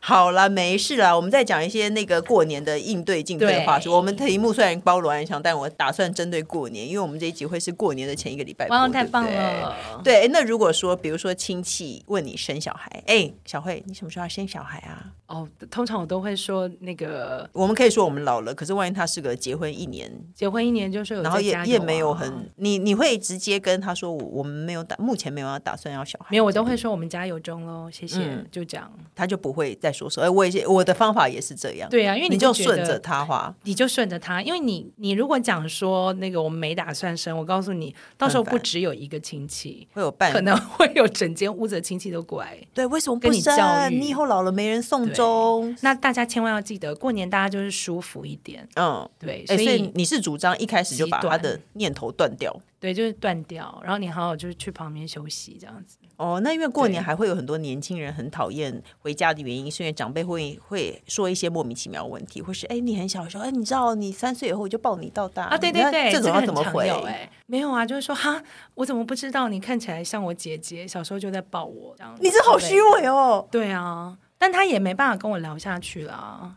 S2: 好啦，没事啦，我们再讲一些那个过年的应对进退的话术。
S3: 对
S2: 我们题目虽然包罗万象，但我打算针对过年，因为我们这一集会是过年的前一个礼拜播。
S3: 哇，
S2: 对不
S3: 太棒
S2: 对！
S3: 了！
S2: 对，诶那如果说，比如说亲戚问你生小孩，哎，小慧，你什么时候要生小孩啊？
S3: 哦，通常我都会说那个
S2: 我们可以说我们老了，可是万一他是个结婚一年，
S3: 结婚一年就说有在
S2: 然后也
S3: 家
S2: 也
S3: 啊
S2: 没有很，你你会直接跟他说，我我们没有打，目前没有要打算要小孩，
S3: 没有，我都会说我们家有钟喽，谢谢
S2: 嗯，
S3: 就这样。
S2: 他就不会再说说，哎，我也我的方法也是这样，
S3: 对啊，因为
S2: 你
S3: 就
S2: 就
S3: 觉
S2: 顺
S3: 得
S2: 着他话，
S3: 你就顺着他，因为你你如果讲说那个我们没打算生，我告诉你，到时候
S2: 很
S3: 不
S2: 烦
S3: 只有一个亲戚，
S2: 会有办法
S3: 可。能 会有整间屋子的亲戚都过来。
S2: 对，为什么
S3: 跟
S2: 不
S3: 你教
S2: 生？
S3: 育
S2: 你以后老了没人送终。
S3: 那大家千万要记得，过年大家就是舒服一点，
S2: 嗯，
S3: 对，
S2: 哎、
S3: 所以,、
S2: 所以你是主张一开始就
S3: 极
S2: 把他
S3: 端
S2: 的念头断掉。
S3: 对就是断掉，然后你好好就是去旁边休息这样子。
S2: 哦，那因为过年
S3: 对
S2: 还会有很多年轻人很讨厌回家的原因，是因为长辈会会说一些莫名其妙的问题，或是哎、你很小的时候，哎、你知道你三岁以后我就抱你到大
S3: 啊，对
S2: 你
S3: 对
S2: 看
S3: 对，
S2: 这种
S3: 个
S2: 要
S3: 很
S2: 怎么
S3: 常
S2: 回？
S3: 有哎，没有啊，就是说哈，我怎么不知道？你看起来像我姐姐，小时候就在抱我，这样子
S2: 你这好虚。伪哦！
S3: 对啊，但他也没办法跟我聊下去啦。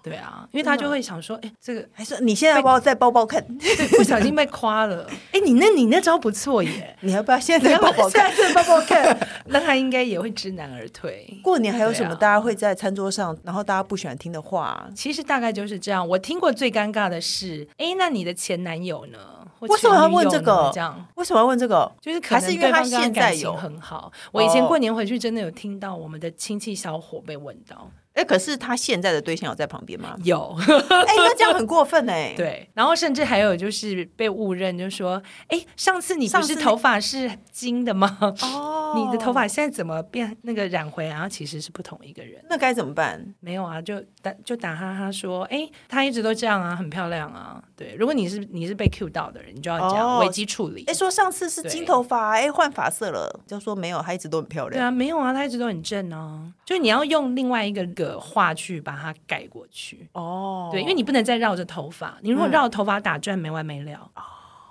S3: 对啊，因为他就会想说，哎，这个
S2: 还说你现在要不要再抱抱看？
S3: 不小心被夸了。哎，你那你那招不错 耶，
S2: 你要不要现在再抱抱看？
S3: 这抱抱看， 那他应该也会知难而退。
S2: 过年还有什
S3: 对
S2: 么
S3: 啊
S2: 大家会在餐桌上，然后大家不喜欢听的话啊？
S3: 其实大概就是这样。我听过最尴尬的是，哎，那你的前男友呢？或
S2: 为什么要
S3: 前女友
S2: 问这
S3: 呢
S2: 个
S3: 这样
S2: 为什么要问这个？
S3: 就是可
S2: 还
S3: 能
S2: 是因为
S3: 对
S2: 他
S3: 方跟
S2: 现
S3: 感
S2: 在
S3: 情
S2: 有
S3: 很好。我以前
S2: 哦
S3: 过年回去真的有听到我们的亲戚小伙被问到，
S2: 哎，可是她现在的对象有在旁边吗？
S3: 有，
S2: 哎，那这样很过分 哎。，
S3: 对，然后甚至还有就是被误认，就说：“哎，上次你不
S2: 上次
S3: 是
S2: 那
S3: 头发是金的吗？
S2: 哦
S3: 你的头发现在怎么变那个染回来？”然后其实是不同一个人。
S2: 那该怎么办？
S3: 没有啊，就打就打哈哈说：“哎，她一直都这样啊，很漂亮啊。”对，如果你是你是被 Q 到的人，你就要讲、
S2: 哦
S3: 危机处理。
S2: 哎，说上次是金
S3: 对
S2: 头发，哎，换发色了，就说没有，她一直都很漂
S3: 对
S2: 亮。
S3: 啊，没有啊，她一直都很正啊，就你要用另外一个个话去把它改过去。
S2: 哦嗯
S3: 对，因为你不能再绕着头发，你如果绕着头发打转，没完没了。
S2: 哦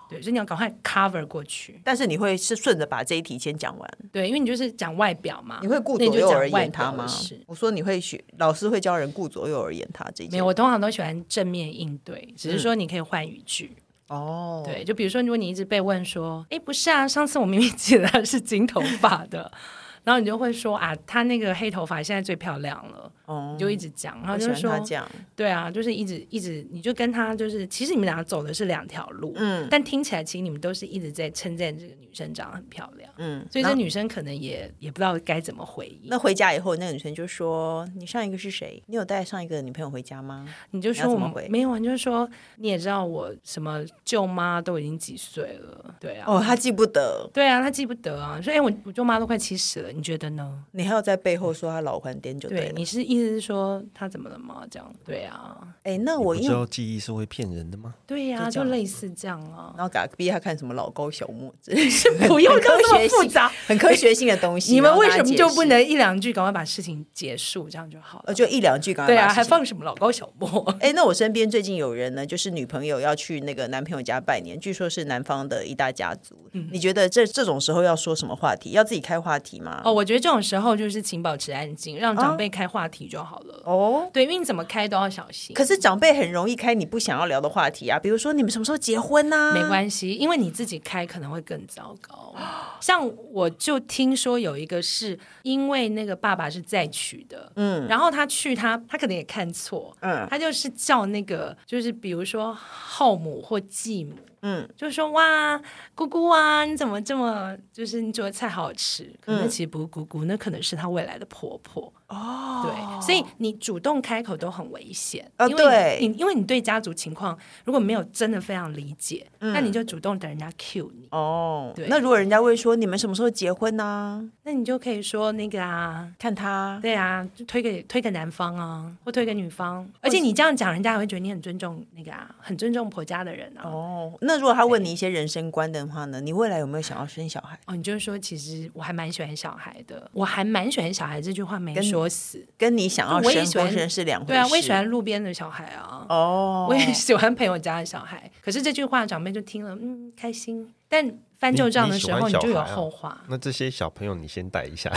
S3: 对，所以你要赶快 cover 过去。
S2: 但是你会是顺着把这一题先讲完，
S3: 对，因为你就是讲外表嘛，
S2: 你会顾
S3: 那
S2: 左
S3: 你就
S2: 右
S3: 讲
S2: 而
S3: 外
S2: 言他
S3: 表的
S2: 吗
S3: 事？
S2: 我说你会学，老师会教人顾左右而言他这一
S3: 没
S2: 件
S3: 有，我通常都喜欢正面应对，只是说你可以换语句。
S2: 嗯哦，
S3: 对，就比如说，如果你一直被问说：“哎，不是啊，上次我明明记得她是金头发的。” 然后你就会说：“啊，她那个黑头发现在最漂亮了。”
S2: 哦
S3: 你就一直讲，然后
S2: 我喜
S3: 就是
S2: 欢
S3: 说
S2: 他，这样，
S3: 对啊，就是一直一直，你就跟她就是，其实你们俩走的是两条路，
S2: 嗯
S3: 但听起来其实你们都是一直在称赞这个女生长得很漂亮，
S2: 嗯，
S3: 所以
S2: 然后
S3: 这女生可能也也不知道该怎么回应。
S2: 那回家以后，那个女生就说：“你上一个是谁？你有带上一个女朋友回家吗
S3: 你就
S2: 你要
S3: 说我
S2: 怎么
S3: 们
S2: 回
S3: 没有啊，你就说你也知道我什么舅妈都已经几岁了，对？”啊，
S2: 哦，她记不得，
S3: 对啊，她记不得啊，所以、哎我我舅妈都快七十了，你觉得呢？
S2: 你还要在背后说她老还颠就
S3: 对，
S2: 了
S3: 你。是意思是说她怎么了吗？这样，对啊，
S2: 哎，那我
S4: 你
S2: 因
S4: 不知道记忆是会骗人的吗？
S3: 对呀、
S2: 就这
S3: 就
S2: 样
S3: 类似这样 啊，
S2: 然后给她逼她看什么老高小莫之类的，
S3: 不用
S2: 很
S3: 弄
S2: 科
S3: 那么
S2: 学
S3: 复
S2: 性
S3: 杂，
S2: 很科学性的东西。
S3: 你们
S2: 然后
S3: 为
S2: 跟她
S3: 什么
S2: 解
S3: 就不
S2: 释？
S3: 能一两句赶快把事情结束，这样就好了？
S2: 呃，就一两句刚
S3: 对啊，还放什么老高小莫？
S2: 哎，那我身边最近有人呢，就是女朋友要去那个男朋友家拜年，据说是南方的一大家族。
S3: 嗯
S2: 你觉得这这种时候要说什么话题？要自己开话题吗？
S3: 哦，我觉得这种时候就是请保持安静，让长辈开话题就好了。
S2: 哦，
S3: 对，因为你怎么开都要小心。
S2: 可是长辈很容易开你不想要聊的话题啊，比如说你们什么时候结婚呐、
S3: 没关系，因为你自己开可能会更糟 糕。像我就听说有一个是因为那个爸爸是再娶的，嗯，然后他去他他可能也看错，嗯，他就是叫那个就是比如说后母或继母。嗯，就说哇，姑姑啊，你怎么这么就是你煮的菜好好吃？可
S2: 嗯
S3: 能那其实不是姑姑，那可能是她未来的婆婆哦。对，所以你主动开口都很危险，
S2: 啊
S3: 因为你
S2: 对
S3: 你因为你对家族情况如果没有真的非常理解，那你就主动等人家 cue 你，
S2: 嗯哦
S3: 对，
S2: 那如果人家问说你们什么时候结婚呢、
S3: 那你就可以说那个啊，
S2: 看他，
S3: 对啊，就推给推给男方啊，或推给女方，而且你这样讲，人家还会觉得你很尊重那个啊，很尊重婆家的人啊。哦
S2: 哦，那如果他问你一些人生观的话呢，你未来有没有想要生小孩？
S3: 哦你就是说，其实我还蛮喜欢小孩的，我还蛮喜欢小孩这句话没说死。
S2: 跟你想要
S3: 我也
S2: 生
S3: 喜
S2: 不
S3: 欢
S2: 生是两回事。
S3: 对啊，我也喜欢路边的小孩啊，
S2: 哦
S3: 我，也喜欢朋友家的小孩。可是这句话长辈就听了，嗯，开心。但翻旧账的时候，
S4: 你
S3: 你
S4: 你喜欢
S3: 就有
S4: 小孩啊
S3: 后话。
S4: 那这些小朋友你先带一下，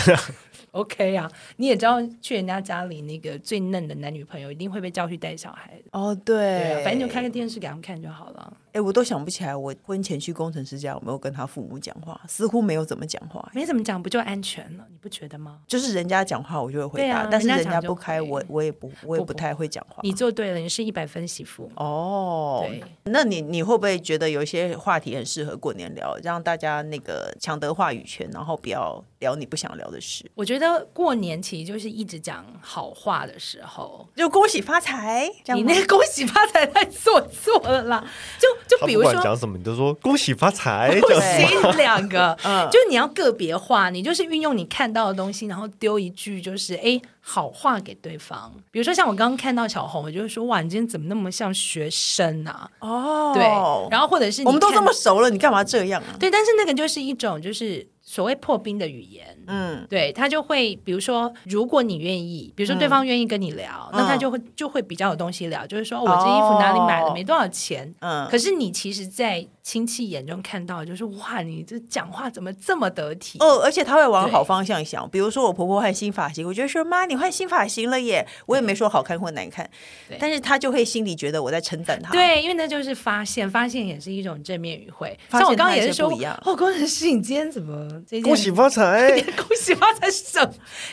S3: OK 啊，你也知道去人家家里那个最嫩的男女朋友一定会被叫去带小孩，
S2: 哦，
S3: 对
S2: 对
S3: 啊，反正就开个电视给他们看就好了。
S2: 哎，我都想不起来我婚前去工程师家有没有跟他父母讲话，似乎没有怎么讲话。
S3: 没怎么讲，不就安全了？你不觉得吗？
S2: 就是人家讲话我就会回
S3: 对
S2: 答，
S3: 啊
S2: 但是
S3: 人
S2: 人
S3: 家讲
S2: 家
S3: 就
S2: 不开
S3: 会
S2: 我，我也不我也
S3: 不
S2: 不
S3: 不
S2: 太会讲话。
S3: 你做对了，你是一百分媳妇嘛。
S2: 哦，
S3: 对，
S2: 那你你会不会觉得有一些话题很适合过年聊，让大家那个抢得话语权，然后不要聊你不想聊的事？
S3: 我觉得过年其实就是一直讲好话的时候。
S2: 就恭喜发财，这
S3: 你
S2: 样吗
S3: 那个恭喜发财太做作了啦！就就
S4: 他
S3: 比
S4: 不
S3: 如
S4: 管
S3: 说
S4: 讲，什么你都说恭喜发财，
S3: 不
S4: 这样子吗
S3: 行两 个，
S2: 嗯
S3: 就你要个别化，你就是运用你看到的东西，然后丢一句就是哎好话给对方。比如说像我刚刚看到小红，我就会说哇，你今天怎么那么像学生啊？
S2: 哦，
S3: 对，然后或者是你
S2: 我们都
S3: 看
S2: 这么熟了，你干嘛这样啊？
S3: 对，但是那个就是一种就是所谓破冰的语言。
S2: 嗯，
S3: 对他就会，比如说，如果你愿意，比如说对方愿意跟你聊，
S2: 嗯
S3: 那他就会就会比较有东西聊，就是说、哦我这衣服哪里买的，没多少钱。
S2: 哦嗯
S3: 可是你其实，在亲戚眼中看到，就是哇，你这讲话怎么这么得体？
S2: 哦，而且他会往
S3: 对
S2: 好方向想，比如说我婆婆换新发型，我就会说妈，你换新发型了耶，我也没说好看或难看
S3: 对，
S2: 但是他就会心里觉得我在称赞他。，哎
S3: 对，因为那就是发现，发现也是一种正面语汇。
S2: 发
S3: 像我
S2: 现
S3: 刚
S2: 它
S3: 刚也
S2: 一
S3: 是
S2: 些
S3: 说，
S2: 不一样
S3: 哦，工程师，你今天怎么这件！
S4: 恭喜发财
S3: 恭喜发财是什么？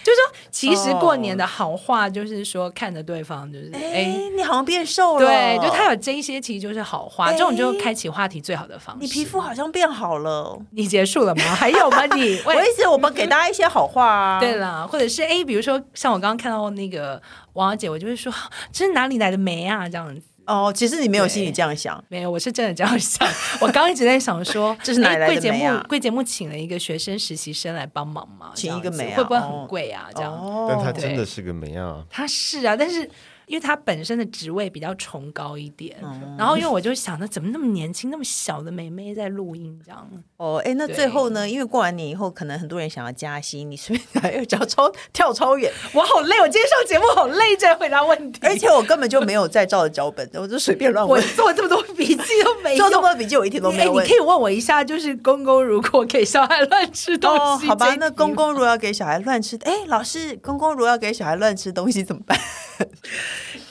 S3: 就是说，其实过年的好话就是说看着对方，就是哎。
S2: 哦哎，你好像变瘦了，
S3: 对，就他有这一些，其实就是好话，这种就开启话题最好的方式。
S2: 你皮肤好像变好了。
S3: 你结束了吗？还 有吗？你
S2: 我意思，我们给大家一些好话啊。
S3: 嗯对啦，或者是哎，比如说像我刚刚看到那个王小姐，我就会说 这是哪里来的梅啊，这样子。
S2: 哦，其实你没有心里这样想，
S3: 没有，我是真的这样想。我刚一直在想说，
S2: 这是哪里
S3: 哎
S2: 来的
S3: 贵节
S2: 梅啊
S3: 目贵节目请了一个学生实习生来帮忙嘛，
S2: 请
S3: 这样
S2: 一个
S3: 子
S2: 梅啊
S3: 会不会
S2: 哦
S3: 很贵啊？这样，
S4: 但他
S2: 哦，
S4: 真的是个美啊，
S3: 他是啊，但是。因为他本身的职位比较崇高一点，
S2: 哦
S3: 然后因为我就想，那怎么那么年轻、那么小的妹妹在录音这样？
S2: 哦，哎，那
S3: 对
S2: 最后呢？因为过完年以后，可能很多人想要加薪，你随便拿又脚超跳超远，
S3: 我好累，我今天上节目好累，在回答问题，
S2: 而且我根本就没有再照着脚本，我就随便乱
S3: 我
S2: 问。
S3: 做这么多笔记都没
S2: 做这。
S3: 用
S2: 么多笔记，我一题都没
S3: 哎，
S2: 有
S3: 你
S2: 问。
S3: 可以问我一下，就是公公如果给小孩乱吃 东
S2: 哦，
S3: 西，
S2: 好
S3: 这
S2: 吧
S3: 一，题
S2: 那公公如果要给小孩乱吃，哎， 老师，公公如果要给小孩乱吃东西怎么办？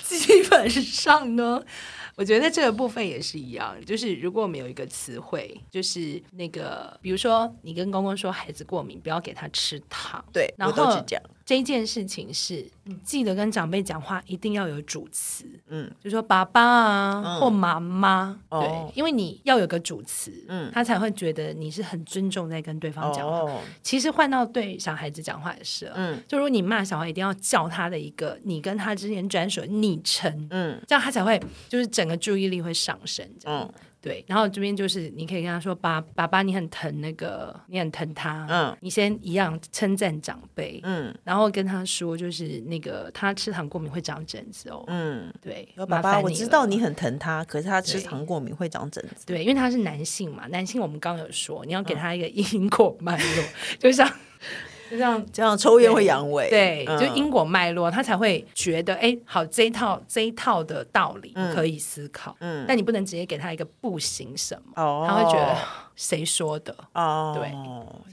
S3: 基本上呢， 我觉得这个部分也是一样，就是如果我们有一个词汇，就是那个，比如说你跟公公说孩子过敏，不要给他吃糖，
S2: 对
S3: 然
S2: 我
S3: 后
S2: 都只讲
S3: 这一件事情是，你记得跟长辈讲话一定要有主词，
S2: 嗯
S3: 嗯，就说爸爸啊、或妈妈，对，
S2: 哦
S3: 因为你要有个主词，
S2: 嗯
S3: 嗯，他才会觉得你是很尊重在跟对方讲话。
S2: 哦，
S3: 其实换到对小孩子讲话也是，
S2: 嗯
S3: 嗯，就如果你骂小孩，一定要叫他的一个你跟他之间专属的昵称，
S2: 嗯
S3: 这样他才会就是整个注意力会上升，这样、
S2: 嗯
S3: 对。然后这边就是你可以跟他说：“爸，爸爸，你很疼那个，你很疼他，
S2: 嗯
S3: 嗯，你先一样称赞长辈，
S2: 嗯
S3: 然后跟他说就是那个他吃糖过敏会长疹子哦，
S2: 嗯。
S3: 对
S2: 说，爸
S3: 麻
S2: 爸，
S3: 烦
S2: 我知道
S3: 了
S2: 你很疼他，可是他吃
S3: 对
S2: 糖过敏会长疹子。
S3: 对，因为他是男性嘛，男性我们刚刚有说你要
S2: 嗯
S3: 给他一个因果脉络，就 像就像
S2: 这样抽烟会阳痿，
S3: 对，
S2: 嗯
S3: 就因果脉络，他才会觉得，哎，好，这一套这一套的道理可以思考，
S2: 嗯
S3: 嗯，但你不能直接给他一个不行什么，
S2: 哦
S3: 他会觉得谁说的，
S2: 哦，
S3: 对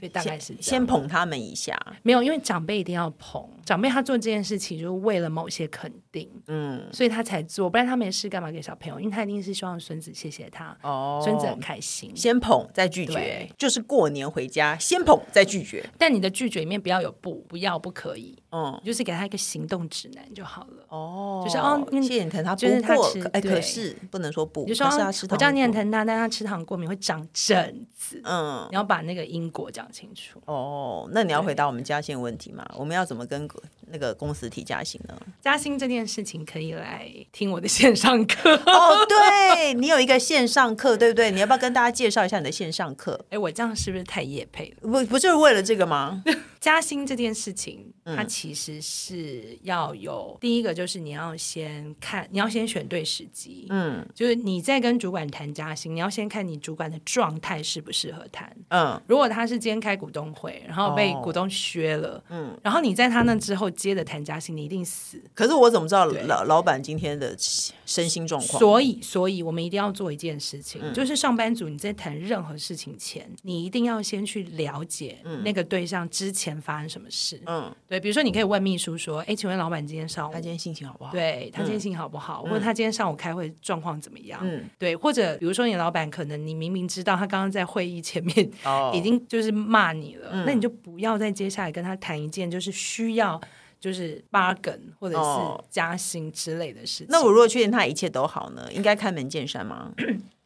S3: 所以大概是
S2: 先
S3: 这样
S2: 先捧他们一下，
S3: 没有，因为长辈一定要捧，长辈他做这件事情就是为了某些肯定，
S2: 嗯，
S3: 所以他才做，不然他没事干嘛给小朋友？因为他一定是希望孙子谢谢他，
S2: 哦
S3: 孙子很开心。
S2: 先捧再拒绝
S3: 对，
S2: 就是过年回家先捧再拒绝，
S3: 但你的拒绝里面不要有不，不要不可以，
S2: 嗯，
S3: 你就是给他一个行动指南就好了。
S2: 哦
S3: 就是哦
S2: 谢
S3: 嗯
S2: 谢你疼他，不
S3: 就是他
S2: 过
S3: 吃
S2: 可哎，
S3: 对
S2: 可是不能说不，
S3: 你就说
S2: 可是他吃
S3: 我
S2: 糖，
S3: 知道你很，疼他，但他吃糖过敏会长疹子。
S2: 嗯
S3: 你。要把那个因果讲清楚。
S2: 哦，那你要
S3: 对
S2: 回答我们嘉薪问题吗？我们要怎么跟那个公司提加薪 呢？
S3: 加薪这件事情可以来听我的线上课。
S2: 哦，对你有一个线上课，对不对？你要不要跟大家介绍一下你的线上课？
S3: 哎，我这样是不是太夜配了？
S2: 不，不就是为了这个吗？
S3: 加薪这件事情，它
S2: 嗯
S3: 其实是要有第一个，就是你要先看，你要先选对时机。
S2: 嗯
S3: 就是你在跟主管谈加薪，你要先看你主管的状态适不适合谈。
S2: 嗯，
S3: 如果他是今天开股东会，然后被
S2: 哦
S3: 股东削了，嗯，然后你在他那之后接着谈加薪，你一定死。
S2: 可是我怎么知道老老板今天的身心状况？哦嗯
S3: 所以，所以我们一定要做一件事情，就是上班族你在谈任何事情前，你一定要先去了解那个对象之前发生什么事。
S2: 嗯，
S3: 对，比如说你可以问秘书说：“哎，请问老板今天上午
S2: 他今天心情好不好？，
S3: 对他今天心情好不好，或者他今天上午开会状况怎么样？
S2: 嗯
S3: 对，或者比如说你老板可能你明明知道他刚刚在会议前面
S2: 哦 嗯
S3: 已经就是骂你了，那你就不要再接下来跟他谈一件就是需要就是 bargain 或者
S2: 哦
S3: 是加薪之类的事情。
S2: 那我如果确定他一切都好呢，应该开门见山吗？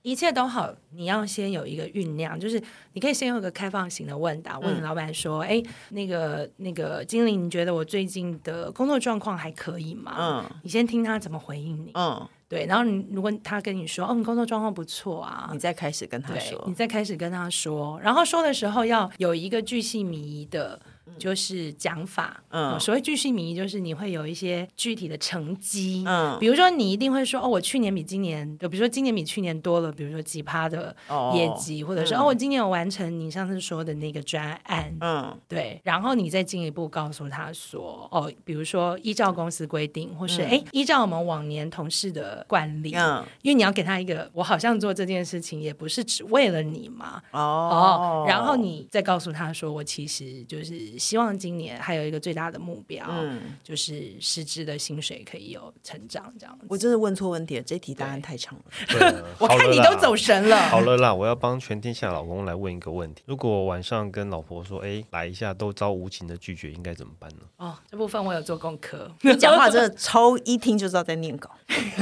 S3: 一切都好，你要先有一个酝酿，就是你可以先有一个开放型的问
S2: 嗯
S3: 答，问你老板说：“哎、那个那个经理，你觉得我最近的工作状况还可以吗？”
S2: 嗯
S3: 你先听他怎么回应你。
S2: 嗯，
S3: 对，然后你如果他跟你说：“哦，你工作状况不错啊
S2: 你。”再开始跟他
S3: 对，
S2: 说
S3: 你。再开始跟他说，然后说的时候要有一个巨细靡遗的，就是讲法。
S2: 嗯
S3: 嗯，所谓巨细靡遗，就是你会有一些具体的成绩。
S2: 嗯
S3: 比如说你一定会说，哦，我去年比今年，比如说今年比去年多了，比如说几趴的
S2: 哦
S3: 业绩，或者是、哦，我今年有完成你上次说的那个专案。
S2: 嗯
S3: 对，然后你再进一步告诉他说，哦，比如说依照公司规定，或是哎、诶依照我们往年同事的惯例，
S2: 嗯
S3: 因为你要给他一个，我好像做这件事情也不是只为了你嘛，
S2: 哦
S3: 哦，然后你再告诉他说，我其实就是希望今年还有一个最大的目标，
S2: 嗯，
S3: 就是师资的薪水可以有成长这样子。
S2: 我真的问错问题了，这题答案太长了。
S4: 对
S3: 我看你
S4: 好了
S3: 都
S4: 啦
S3: 走神了，
S4: 好了啦，我要帮全天下老公来问一个问题：如果晚上跟老婆说“哎，来一下”，都遭无情的拒绝，应该怎么办呢？
S3: 哦，这部分我有做功课。
S2: 你讲话真的超一听就知道在念稿，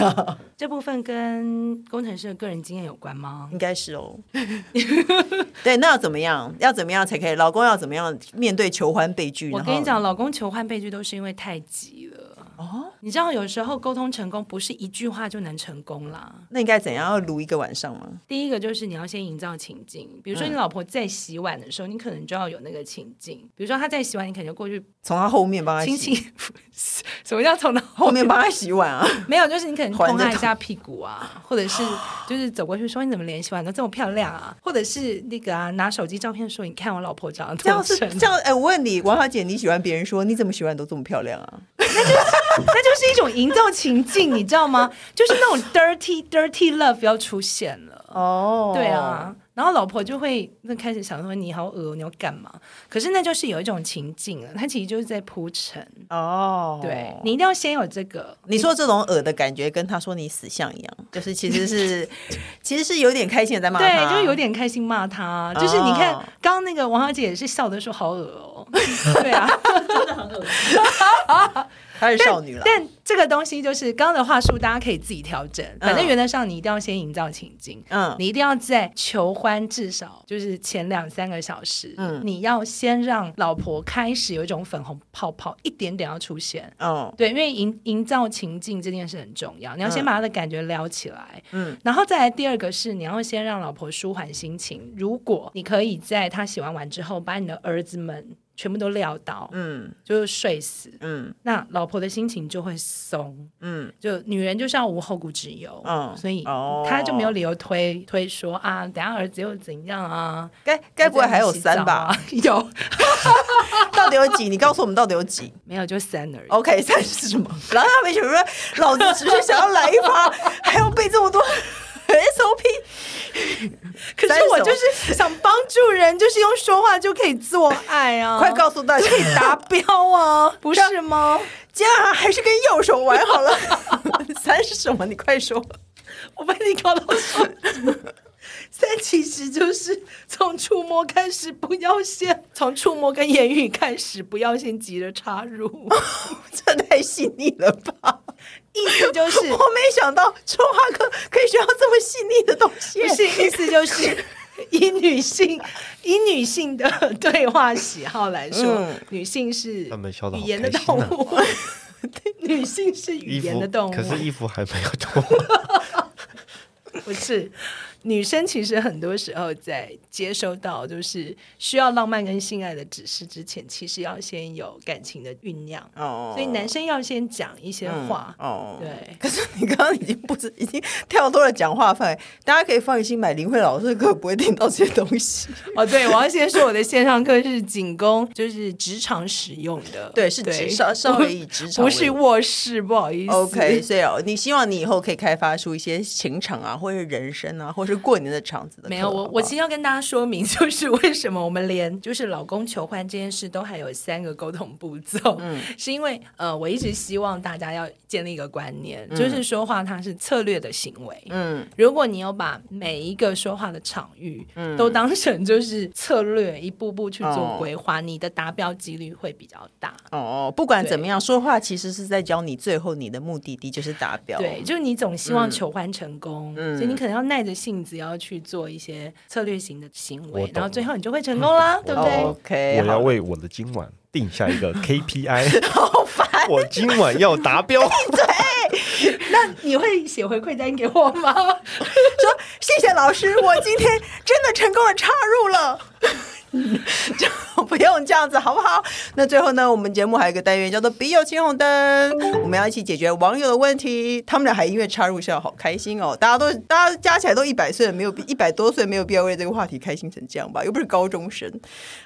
S3: 这部分跟工程师的个人经验有关吗？
S2: 应该是哦。 对，那要怎么样？要怎么样才可以？老公要怎么样面对求欢被拒？
S3: 我
S2: 然后
S3: 跟你，讲，老公求换被拒都是因为太急了。哦，你知道有时候沟通成功不是一句话就能成功啦。
S2: 那应该怎样？要撸一个晚上吗？
S3: 第一个就是你要先营造情境，比如说你老婆在洗碗的时候，你可能就要有那个情境。比如说她在洗碗，你可能就过去
S2: 从他后面帮他洗，
S3: 轻轻， 什么叫从她后
S2: 后面帮他洗碗 啊？
S3: 没有，就是你可能
S2: 还
S3: 碰
S2: 着
S3: 她
S2: 她
S3: 一下屁股 啊，或者是 就是走过去说你怎么连洗碗都这么漂亮 啊，或者是那个啊拿手机照片说你看我老婆长得
S2: 这
S3: 多
S2: 样是
S3: 正 啊
S2: 这样？哎、我问你，王小姐，你喜欢别人说你怎么洗碗都这么漂亮啊？
S3: 那就是一种营造情境，你知道吗？ 就是那种 dirty dirty love 要出现了，
S2: 哦
S3: 对，啊。然后老婆就会那开始想说你好恶哦，你要干嘛？可是那就是有一种情境了，它其实就是在铺陈。
S2: 哦，
S3: 对你一定要先有这个，
S2: 你说这种恶的感觉，跟他说你死相一 样，就是其实是其实是有点开心的在骂
S3: 对，
S2: 他，
S3: 就有点开心骂他。就是你看
S2: 哦
S3: 刚刚那个王小姐也是笑的说好恶哦， 对啊。
S2: 她是少女了。
S3: 但这个东西就是刚刚的话术，大家可以自己调整。反正原则上你一定要先营造情境，
S2: 嗯
S3: 嗯，你一定要在求欢至少就是前两三个小时，
S2: 嗯
S3: 嗯，你要先让老婆开始有一种粉红泡泡，一点点要出现。
S2: 哦，
S3: 对，因为营营造情境这件事很重要，你要先把她的感觉撩起来，
S2: 嗯
S3: 嗯，然后再来第二个是你要先让老婆舒缓心情。如果你可以在她洗完碗之后，把你的儿子们全部都撂倒，
S2: 嗯
S3: 就是睡死，
S2: 嗯
S3: 那老婆的心情就会松，
S2: 嗯，
S3: 就女人就是要无后顾之忧，
S2: 嗯
S3: 所以
S2: 哦
S3: 她就没有理由推推说啊，等下儿子又怎样啊？
S2: 该该不会还有三
S3: 儿
S2: 吧？
S3: 子又洗 澡啊？有，啊
S2: 到底有几？你告诉我们到底有几
S3: 没有就三而已。
S2: ？OK，三是什么？ 然后他们想说，老子只是想要来一 发，还要背这么多 SOP。
S3: 可
S2: 三
S3: 是
S2: 是
S3: 我
S2: 什么
S3: 就是想帮助人，就是用说话就可以做爱啊！
S2: 快告诉大家，
S3: 达标啊， 不是吗？
S2: 这样还是跟右手玩好 了。三是什么？你快说。
S3: 我被你搞到手。三其实就是从触摸开始，不要先从触摸跟言语开始，不要先急着插 入。
S2: 这太细腻了吧！
S3: 意思就是
S2: 我没想到抽话课可以学到这么细腻的东西。
S3: 不是意思就是。以女性以女性的对话喜好来说，
S2: 嗯
S3: 女性是
S4: 他们笑得
S3: 语
S4: 好
S3: 言的
S4: 开心
S3: 动
S4: 啊
S3: 物， 对女性是语
S4: 衣
S3: 言
S4: 服
S3: 的动物，
S4: 可是衣服还没有脱。
S3: 不是，女生其实很多时候在接收到就是需要浪漫跟性爱的指示之前，其实要先有感情的酝酿，
S2: 哦
S3: 所以男生要先讲一些话。
S2: 哦，
S3: 对
S2: 可是你刚刚已经不止，已经跳脱了讲话范围，大家可以放心买林慧老师的课，不会听到这些东西。
S3: 哦，对，我要先说我的线上课是仅供就是职场使用的，
S2: 对是职稍稍微以职场为
S3: 不是卧室，不好意思。
S2: OK，所以哦你希望你以后可以开发出一些情场啊，或是人生啊，或是过年的场子的课。
S3: 没有，我
S2: 好不
S3: 我
S2: 好
S3: 其实要跟大家说明， 就是为什么我们连就是老公求婚这件事都还有三个沟通步骤，嗯，是因为呃，我一直希望大家要建立一个观念，就是说话它是策略的行为，
S2: 嗯
S3: 如果你有把每一个说话的场域，都当成就是策略，一步步去
S2: 嗯哦
S3: 做规划，你的达标几率会比较大。
S2: 哦，不管怎么样，说话其实是在教你，最后你的目的地就是达标。
S3: 对，就是你总希
S2: 嗯
S3: 望求欢成功，所以你可能要耐着性子要去做一些策略型的行
S4: 我
S3: 为
S4: 懂，
S3: 然后最后你就会成功 啦，对不对？
S2: OK，
S4: 我要
S2: 好
S4: 为我的今晚定 下一个 KPI。好烦！我今晚要 达标。
S3: 那你会写回馈单给我吗？
S2: 说谢谢老师，我今天真的成功的插入了。 就不用这样子，好不好？那最后呢，我们节目还有一个单元叫做“笔友青红灯”，我们要一起解决网友的问题。他们俩还因为插入笑，好开心哦！大家都大家加起来都一百岁了，没有一百多岁，没有必要为这个话题开心成这样吧？又不是高中生。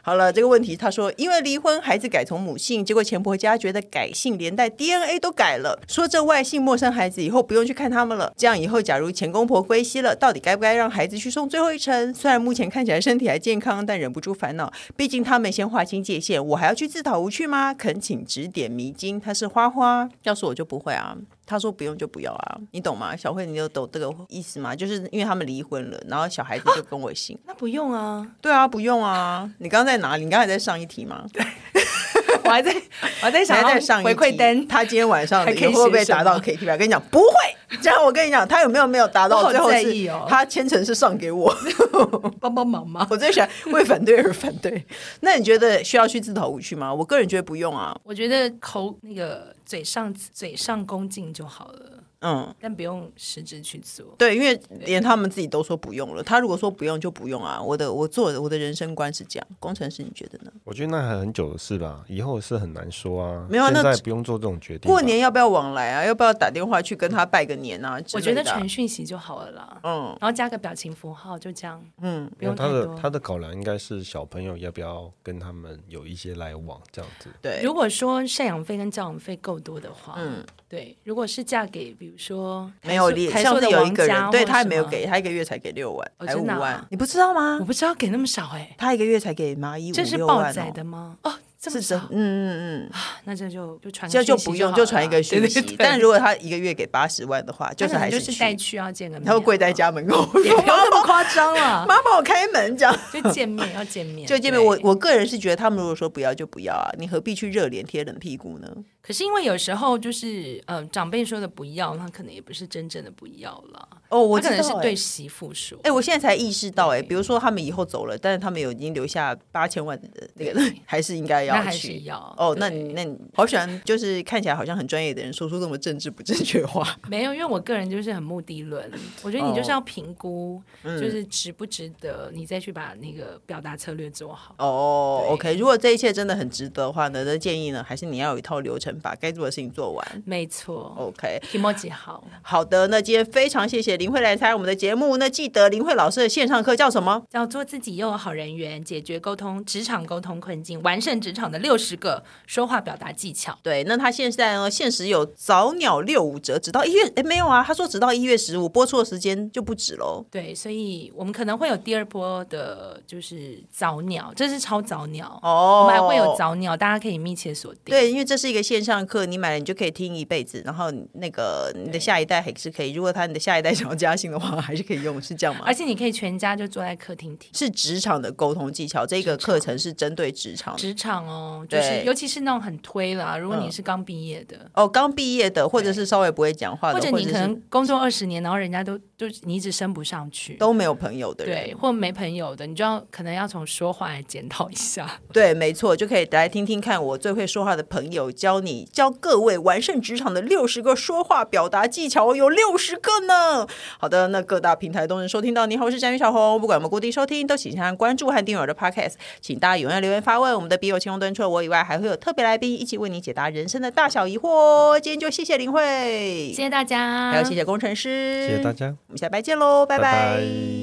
S2: 好了，这个问题他说，因为离婚，孩子改从母姓，结果前婆家觉得改姓连带 DNA 都改了，说这外姓陌生孩子以后不用去看他们了。这样以后假如前公婆归西了，到底该不该让孩子去送最后一程？虽然目前看起来身体还健康，但忍不住烦恼，毕竟他们先划清界限，我还要去自讨无趣吗？恳请指点迷津。他是花花，要是我就不会啊。他说不用就不要啊，你懂吗？小慧，你有懂这个意思吗？就是因为他们离婚了，然后小孩子就跟我姓。
S3: 那不用啊，
S2: 对啊，不用啊。你刚刚在哪里？你刚才在上一题吗？
S3: 我还在，我还在想
S2: 还在
S3: 要
S2: 上一
S3: 回馈
S2: 集
S3: 单，
S2: 他今天晚上
S3: 还可以
S2: 也会不会
S3: 写什
S2: 达到
S3: 么
S2: KT 表？我跟你讲，不会。这样我跟你讲，他有没有没有达
S3: 我
S2: 到，
S3: 好
S2: 最后
S3: 在
S2: 是
S3: 意哦
S2: 他千层是上给我。
S3: 帮帮忙嘛。
S2: 我最喜欢为反对而反对。 那你觉得需要去自讨无趣吗？我个人觉得不用啊。
S3: 我觉得口那个嘴上嘴上恭敬就好了，
S2: 嗯，
S3: 但不用实质去做。
S2: 对，因为连他们自己都说不用了。他如果说不用就不用啊。我的我做我的人生观是这样。工程师你觉得呢？
S4: 我觉得那还很久的事吧，以后的事很难说啊。
S2: 没有啊
S4: 现
S2: 那
S4: 在不用做这种决定吧。
S2: 过年要不要往来啊？要不要打电话去跟他拜个年啊？之
S3: 我
S2: 类
S3: 觉得
S2: 的啊
S3: 传讯息就好了啦，
S2: 嗯
S3: 然后加个表情符号，就这样，
S2: 嗯，
S3: 不
S4: 没有
S3: 用太
S4: 他的
S3: 多。
S4: 他的考量应该是小朋友要不要跟他们有一些来往这样子。
S2: 对。
S3: 如果说赡养费跟教养费够多的话，
S2: 嗯
S3: 嗯，对。如果是嫁给比如说
S2: 没有
S3: 台塑
S2: 理，
S3: 台
S2: 上
S3: 塑
S2: 次
S3: 的
S2: 有一个人，
S3: 王家
S2: 对
S3: 或
S2: 他也
S3: 什
S2: 没有
S3: 么
S2: 给，他一个月才给六万，
S3: 哦
S2: 还五
S3: 真的啊
S2: 万，你不知道吗
S3: 我？不知道给那么少哎、
S2: 他一个月才给麻衣五
S3: 这是
S2: 六
S3: 暴
S2: 万
S3: 宰
S2: 哦，
S3: 的吗？哦，这么
S2: 是真，
S3: 少啊
S2: 嗯，嗯嗯，
S3: 那这就就传个
S2: 这就
S3: 讯息
S2: 不用
S3: 好
S2: 就
S3: 了
S2: 传一
S3: 啦
S2: 个讯
S3: 对
S2: 息
S3: 对对。
S2: 但如果他一个月给八十万的话，就是
S3: 他可
S2: 还
S3: 能就是是
S2: 去
S3: 带去要见个面，
S2: 他会跪在家门口，
S3: 也不
S2: 说
S3: 要那么夸张啦，
S2: 妈帮我开门这样。
S3: 就见面要见面，
S2: 就见面，
S3: 对
S2: 我我个人是觉得他们如果说不要就不要啊，你何必去热脸贴冷屁股呢？
S3: 可是因为有时候就是呃长辈说的不要，他可能也不是真正的不要了，
S2: 哦，我
S3: 他可能是对
S2: 哎、
S3: 媳妇说，
S2: 哎我现在才意识到、哎，比如说他们以后走了，但是他们有已经留下八千万的那个， 还是应该要
S3: 那还是
S2: 去。
S3: 要
S2: 哦，那你
S3: 对
S2: 那你好喜欢，就是看起来好像很专业的人说出这么政治不正确的 话。
S3: 没有，因为我个人就是很目的论，我觉得你就是
S2: 哦嗯
S3: 要评估，就是值不值得，你再去把那个表达策略做好。
S2: 哦
S3: 对
S2: ，OK，如果这一切真的很值得的话呢，那建议呢，还是你要有一套流程，把该做的事情做完。
S3: 没错，
S2: OK，
S3: 题目几好，
S2: 好的，那今天非常谢谢林慧来参加我们的节目。那记得林慧老师的线上课叫什么？
S3: 叫做自己又有好人缘，解决沟通职场沟通困境，完胜职场的六十个说话表达技巧。
S2: 对，那他现在呢，限时有早鸟六五折，直到一月，哎，没有啊，他说直到一月十五，播出的时间就不止喽。
S3: 对，所以我们可能会有第二波的，就是早鸟，这是超早鸟，
S2: 哦
S3: 我们还会有早鸟，大家可以密切锁定。
S2: 对，因为这是一个线上课，你买了你就可以听一辈子，然后你那个你的下一代还是可以，如果他你的下一代想要加薪的话， 还是可以用，是这样吗
S3: 而？且你可以全家就坐在客厅听。
S2: 是职场的沟通技巧，这个课程是针对职场的
S3: 职场哦，就是
S2: 对
S3: 尤其是那种很推啦，如果
S2: 嗯
S3: 你是刚毕业的，
S2: 哦，刚毕业的，或者是稍微不会讲话的，
S3: 或
S2: 或
S3: 者你
S2: 是
S3: 可能工作二十年，然后人家都就是你一直升不上去，
S2: 都没有朋友的人
S3: 对，，或没朋友的，你就要可能要从说话来检讨一下。
S2: 对，没错，就可以来听听看我最会说话的朋友教你教各位完胜职场的六十个说话表达技巧，有六十个呢。好的，那各大平台都能收听到。你好，我是詹宇小红，不管我们固定收听，都请先按关注和订阅我的 Podcast，请大家踊跃留言发问。我们的笔友青红灯除了我以外，还会有特别来宾一起为你解答人生的大小疑惑哦。今天就谢谢林慧，
S3: 谢谢大家，啊
S2: 还有谢谢工程师，
S4: 谢谢大，家，
S2: 我们下拜见喽，拜
S4: 拜拜